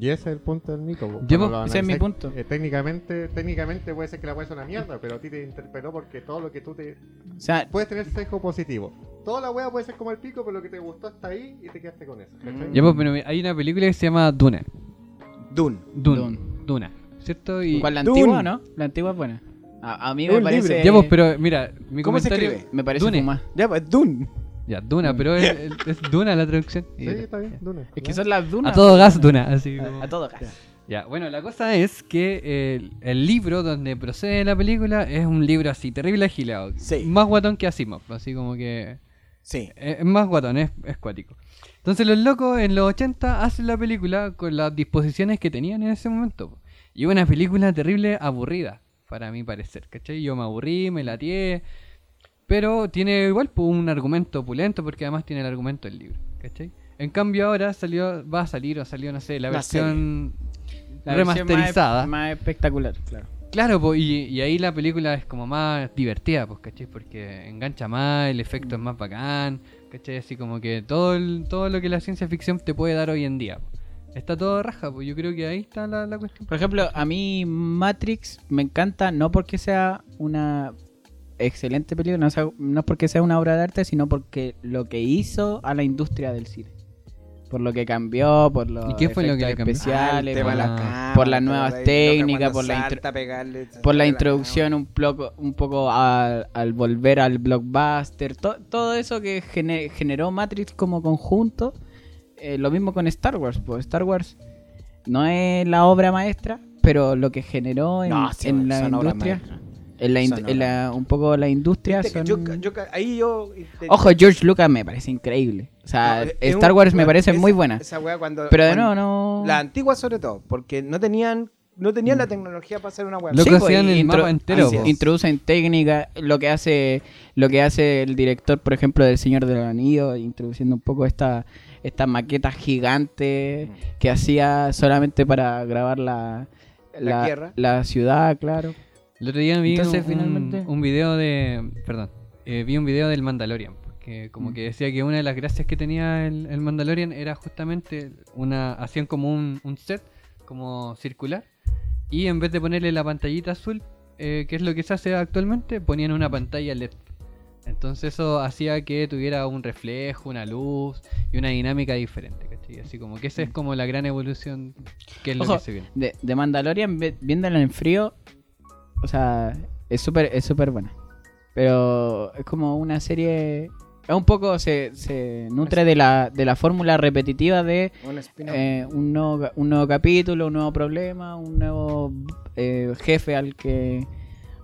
Y ese es el punto del Nico. po. Yo, Cuando po, lo ese es mi analizáis, punto. eh, técnicamente, técnicamente puede ser que la weá es una mierda, pero a ti te interpeló porque todo lo que tú te. O sea, Puedes tener sesgo positivo. Toda la weá puede ser como el pico, pero lo que te gustó está ahí y te quedaste con eso. Mm, ¿cachai? Ya, pues, pero hay una película que se llama Duna. Dune. Duna. Dune. Duna. ¿Cierto? Y... ¿cuál la Dune. antigua, no? La antigua es buena. A, a mí me Un parece. Ya, pues, pero mira, mi ¿Cómo se comentario. escribe? Me parece Dune. fumada. Ya, pues, Dune. Ya, Duna, pero es, es Duna la traducción. Sí, está bien, Duna. Es que son las dunas. A todo gas, Duna. Así como- A, a todo gas. Ya, bueno, la cosa es que eh, el, el libro donde procede la película es un libro así, terrible agilado. Sí. Más guatón que Asimov, así como que. Sí. Es es más guatón, es, es cuático. Entonces los locos en los 80 hacen la película con las disposiciones que tenían en ese momento. po. Y una película terrible aburrida, para mi parecer, ¿cachai? Yo me aburrí, me latié, pero tiene igual po, un argumento opulento porque además tiene el argumento del libro, ¿cachai? En cambio ahora salió, va a salir o salió, no sé, la La versión La versión remasterizada. Más, más espectacular, claro. Claro, po, y, y ahí la película es como más divertida, pues, ¿cachai? Porque engancha más, el efecto es más bacán, ¿cachai? Así como que todo, el- todo lo que la ciencia ficción te puede dar hoy en día. po. Está todo raja, pues yo creo que ahí está la, la cuestión. Por ejemplo, a mí Matrix me encanta no porque sea una excelente película, no, sea- no porque sea una obra de arte, sino porque lo que hizo a la industria del cine. Por lo que cambió, por los ¿Y qué fue lo que efectos le cambió? especiales, Ah, el tema por, de la la- cámara, por las el tema nuevas de- técnicas, cuando por la salta, intro- pegarle, por la sacarle introducción un poco, un poco al, al volver al blockbuster, to- todo eso que gene- generó Matrix como conjunto, eh, lo mismo con Star Wars, pues Star Wars no es la obra maestra, pero lo que generó en, No, sí, en la son obras industria, maestras. en la in- Son en la- un poco la industria, Viste que son- yo- yo ca- ahí yo intenté- ojo George Lucas me parece increíble, o sea No, es- es Star un- Wars me parece esa- muy buena, esa weá cuando- pero de cuando- nuevo no, La antigua sobre todo, porque no tenían, no tenían la tecnología para hacer una web. Loco, Sí, pues, hacían el intro- mapa entero. así po. es. Introducen técnica, lo que hace lo que hace el director, por ejemplo, del Señor del Anillo, introduciendo un poco esta esta maqueta gigante que hacía solamente para grabar la La tierra. la ciudad, claro. El otro día vi Entonces, un, finalmente- un video de... Perdón, eh, vi un video del Mandalorian, que como Mm. que decía que una de las gracias que tenía el, el Mandalorian era justamente una... Hacían como un, un set, como circular, y en vez de ponerle la pantallita azul, eh, que es lo que se hace actualmente, ponían una pantalla LED. Entonces eso hacía que tuviera un reflejo, una luz y una dinámica diferente, ¿cachai? Así como que esa es como la gran evolución que es lo Mm. Ojo, que se viene. De, de Mandalorian ve- viéndola en frío, o sea, es súper es súper buena. Pero es como una serie es un poco se, se nutre de la, de la fórmula repetitiva de Un spin-off. Eh, un, nuevo, ca- un nuevo capítulo, un nuevo problema, un nuevo eh, jefe al que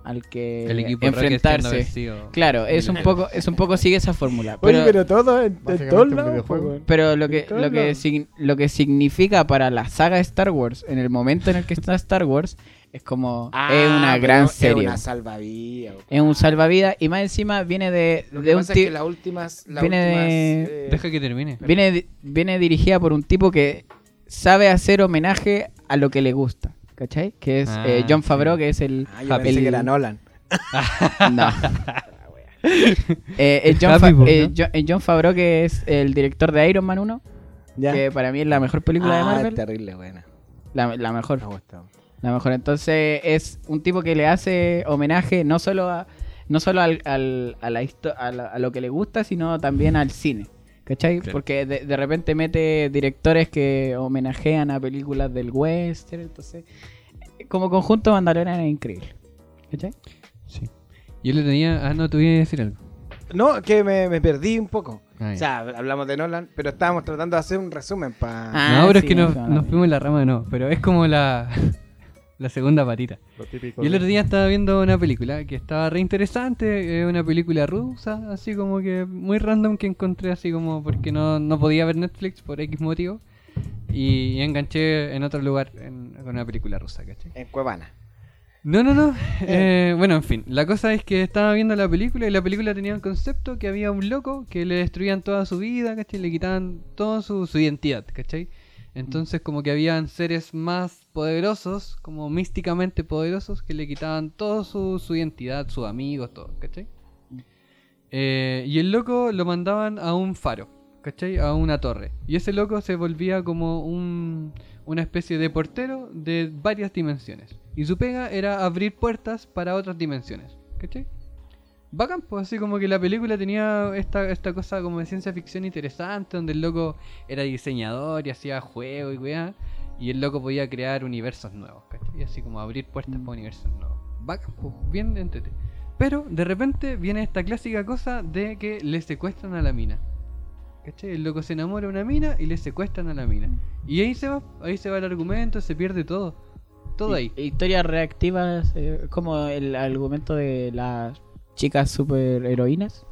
al que El equipo Rocket siendo eh, enfrentarse. vencido. Claro, es un poco es un poco sigue esa fórmula, Oye, pero, pero, pero todo en, en Básicamente todos un lados, videojuego. po, weón. lo que Claro. lo que sig- lo que significa para la saga Star Wars en el momento en el que está Star Wars es como es una Ah, pero gran Es serie. una salvavidas. weón. Es un salvavidas y más encima viene de, Lo de que un pasa es ti- que las últimas. Las viene últimas de- eh, Deja que termine. viene di- viene dirigida por un tipo que sabe hacer homenaje a lo que le gusta, ¿cachai? Que es Ah, eh, John sí. Favreau, que es el Ah, yo pensé el- que era Nolan. No. eh, es John, Happy Fa- Boy, eh, ¿no? Jo- eh, John Favreau, que es el director de Iron Man 1, Ya. que para mí es la mejor película de Ah, Marvel. terrible, buena. La, la mejor, Me ha gustado. la mejor. Entonces es un tipo que le hace homenaje no solo a no solo al- al- a, la histo- a, la- a lo que le gusta, sino también al cine. ¿Cachai? Claro. Porque de, de repente mete directores que homenajean a películas del western. Entonces, como conjunto, Mandalorian es increíble. ¿Cachai? Sí. Yo le tenía. Ah, no, te voy a decir algo. No, que me, me perdí un poco. Ah, ya. O sea, hablamos de Nolan, pero estábamos tratando de hacer un resumen para. Ah, no, pero sí, es que nos, no, nos fuimos en la rama de no. Pero es como la, la segunda patita. Lo típico. Yo el de- otro día estaba viendo una película que estaba re interesante. eh, una película rusa, así como que muy random que encontré, así como porque no, no podía ver Netflix por X motivo. Y, enganché en otro lugar en- con una película rusa, ¿cachai? En Cuevana. No, no, no. Eh, bueno, en fin. La cosa es que estaba viendo la película y la película tenía un concepto que había un loco que le destruían toda su vida, ¿cachai? Le quitaban toda su, su identidad, ¿cachai? Entonces como que habían seres más poderosos, como místicamente poderosos, que le quitaban toda su, su identidad, sus amigos, todo, ¿cachai? Eh, y el loco lo mandaban a un faro, ¿cachai? A una torre. Y ese loco se volvía como un, una especie de portero de varias dimensiones. Y su pega era abrir puertas para otras dimensiones, ¿cachai? Bacán, pues así como que la película tenía esta, esta cosa como de ciencia ficción interesante, donde el loco era diseñador y hacía juegos y weá, y el loco podía crear universos nuevos, ¿cachai? Y así como abrir puertas para universos nuevos. Bacán, pues bien entrete. Pero de repente viene esta clásica cosa de que le secuestran a la mina. ¿Cachai? El loco se enamora de una mina y le secuestran a la mina. Y ahí se va, ahí se va el argumento, se pierde todo. Todo ahí. Hi- Historias reactivas, eh, como el argumento de las chicas superheroínas.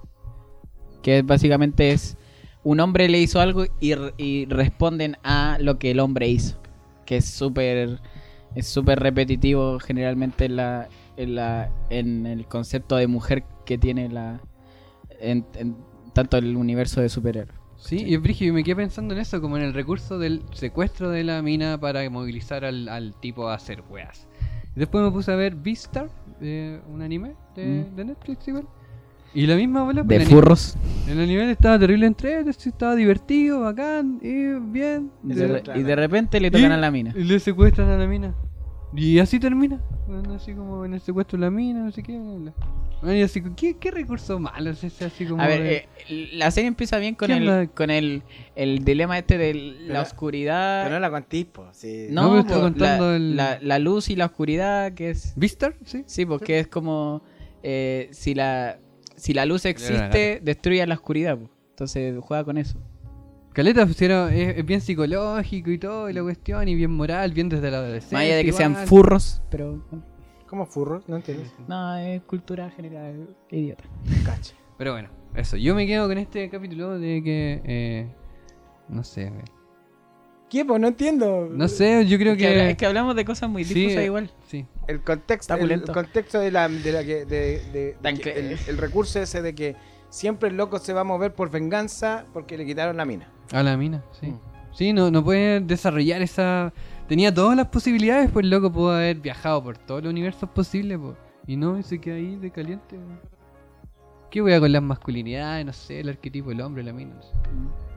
Que básicamente es un hombre le hizo algo y, r- y responden a lo que el hombre hizo. Que es súper es súper repetitivo generalmente en, la, en, la, en el concepto de mujer que tiene la en, en tanto el universo de superhéroes. Sí, y es brígido, y me quedé pensando en eso, como en el recurso del secuestro de la mina para movilizar al, al tipo a hacer weas. Y Después me puse a ver Beastar, eh, un anime de, Mm. de Netflix igual. Y la misma bola pues, De furros. El anime estaba terrible entre estaba divertido, bacán, y bien. Y de- de, re- y de repente le tocan a la mina. y le secuestran a la mina. Y así termina. Bueno, Así como en el secuestro de la mina, no sé qué. bla, bla. Bueno, y así, ¿qué, qué recurso malo es ese? Así como A ver, de- eh, la serie empieza bien con ¿Qué el, onda? con el, el dilema este de la Pero- oscuridad. Pero no la contéis, po, sí. no, No, pero estoy po, contando la, el- la- la luz y la oscuridad, que es... ¿Vistar? Sí. Sí, porque es como eh, si, la, si la luz existe, destruye la oscuridad. po. Entonces juega con eso. Caleta pues, era- es, es bien psicológico y todo, y la cuestión, y bien moral, bien desde la adolescencia. Más allá de que sean igual. furros, pero... bueno, ¿Cómo furros? No entiendo. No, es cultura general, idiota. Cacha. Pero bueno, eso. Yo me quedo con este capítulo de que. eh, no sé. me- ¿Qué, po? No entiendo. No sé, yo creo Es que, habla- que. es que hablamos de cosas muy Sí, difusas eh, igual. Sí. El Está contexto, el, pulento. el contexto de la, de la que, de, de- de Tan que que- el, el recurso ese de que siempre el loco se va a mover por venganza porque le quitaron la mina. A la mina, sí. Mm. Sí, no, no puede desarrollar esa. Tenía todas las posibilidades, pues loco pudo haber viajado por todos los universos posibles, pues. Y no, y se queda ahí de caliente, weón. ¿Qué voy a con las masculinidades? No sé, el arquetipo, el hombre, la mina. no sé. Mm.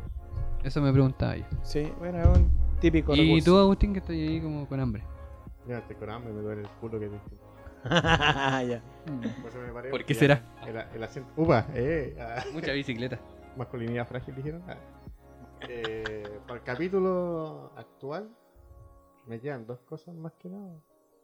Eso me preguntaba yo. Sí, bueno, es un típico Y tú, recurso. Agustín, que estás ahí como con hambre. Ya, estoy con hambre, me duele el culo que Ah, Ya. Por eso Pues me paré, ¿Por qué ya. será? El, el acento. Upa, eh. ah, Mucha bicicleta. masculinidad frágil dijeron. Ah. Eh, para el capítulo actual, me quedan dos cosas más que nada.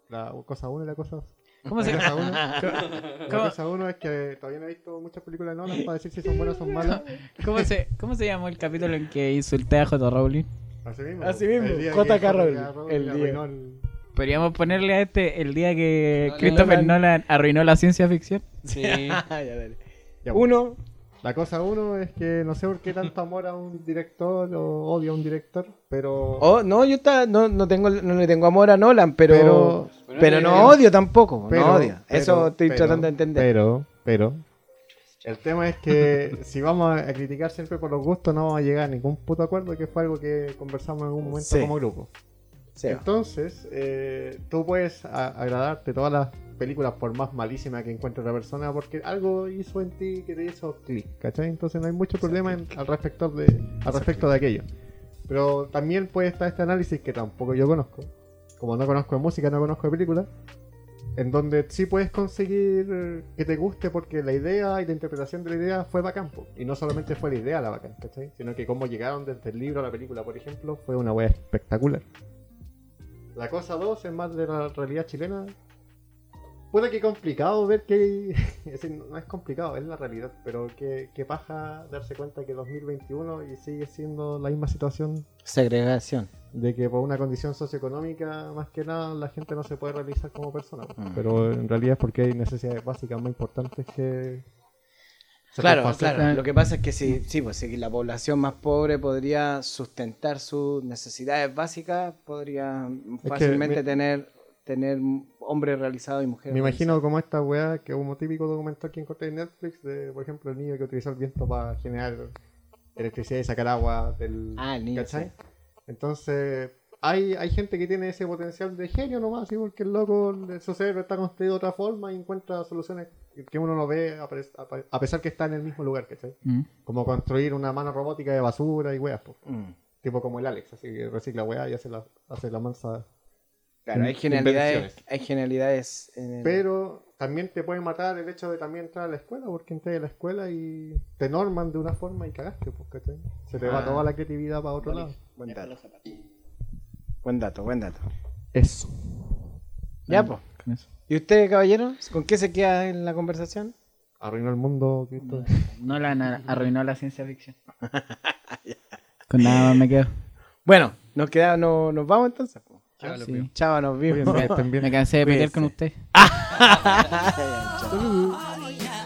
La cosa uno y la cosa dos. ¿Cómo se La cosa uno- la cómo- cosa uno es que todavía no he visto muchas películas de Nolan para decir si son buenas o son malas. ¿Cómo se, ¿Cómo se llamó el capítulo en que insulté a J. Rowling? Así mismo. Así mismo, El día J.K. que J.K. Rowling, Rowling el día. arruinó el- Podríamos ponerle a este el día que Nolan. Christopher Nolan arruinó la ciencia ficción. Sí. Ah, ya, dale. Ya, bueno. Uno, La cosa uno es que no sé por qué tanto amor a un director o odio a un director, pero... Oh, no, yo está, no, no, tengo, no le tengo amor a Nolan, pero, Pero- pero, no odio tampoco. no odio. pero- Eso estoy pero- tratando de entender. Pero, pero. El tema es que si vamos a criticar siempre por los gustos, no vamos a llegar a ningún puto acuerdo, que fue algo que conversamos en algún momento Sí. como grupo. Sí. Entonces, eh, tú puedes a- agradarte todas las películas por más malísima que encuentre otra persona, porque algo hizo en ti que te hizo clic, ¿cachai? Entonces no hay mucho problema en- al respecto de, al respecto de aquello. Pero también puede estar este análisis que tampoco yo conozco. Como no conozco de música, no conozco de películas. En donde sí puedes conseguir eh, que te guste porque la idea y la interpretación de la idea fue bacán. po. Y no solamente fue la idea la bacán, ¿cachai? Sino que cómo llegaron desde el libro a la película, por ejemplo, fue una wea espectacular. La cosa 2 es más de la realidad chilena. Puta que complicado ver que... es decir, no es complicado, es la realidad. Pero que, que paja darse cuenta que 2021 y sigue siendo la misma situación Segregación. de que por una condición socioeconómica, más que nada, la gente no se puede realizar como persona. Mm. Pero en realidad es porque hay necesidades básicas más importantes que... Claro, satisfacer. claro. Lo que pasa es que si, sí, pues, si la población más pobre podría sustentar sus necesidades básicas, podría que fácilmente me- tener, tener hombres realizados y mujeres Me realizadas. imagino como esta weá que hubo un típico documental que encontré en Netflix de, por ejemplo, el niño que utilizó el viento para generar electricidad y sacar agua del... Ah, el niño, ¿cachai? sí. Entonces, hay, hay gente que tiene ese potencial de genio nomás, ¿sí? porque el loco, el- su cerebro está construido de otra forma y encuentra soluciones que uno no ve a, pres- a pe- a pesar que está en el mismo lugar, ¿cachai? Mm. Como construir una mano robótica de basura y weas, po. Mm. tipo como el Alex, así que recicla weas y hace la, hace la mansa. Claro, hay In- genialidades, invenciones. hay genialidades en el... Pero también te puede matar el hecho de también entrar a la escuela, porque entras a la escuela y te norman de una forma y cagaste, po, ¿cachai? Se te va Ah. toda la creatividad para otro lado. Buen dato. Buen dato, buen dato. Eso. Ya, pues. Con eso. ¿Y usted, caballero? ¿Con qué se queda en la conversación? Arruinó el mundo, Cristo. No la na- arruinó la ciencia ficción. Con nada más me quedo. Bueno, nos queda, no, nos vamos entonces. Ah, po. Chao, los sí. veo. Chao, nos vimos. Cuídense, estén bien. Me cansé de pelear Cuídense. con usted. Chao. Oh, yeah.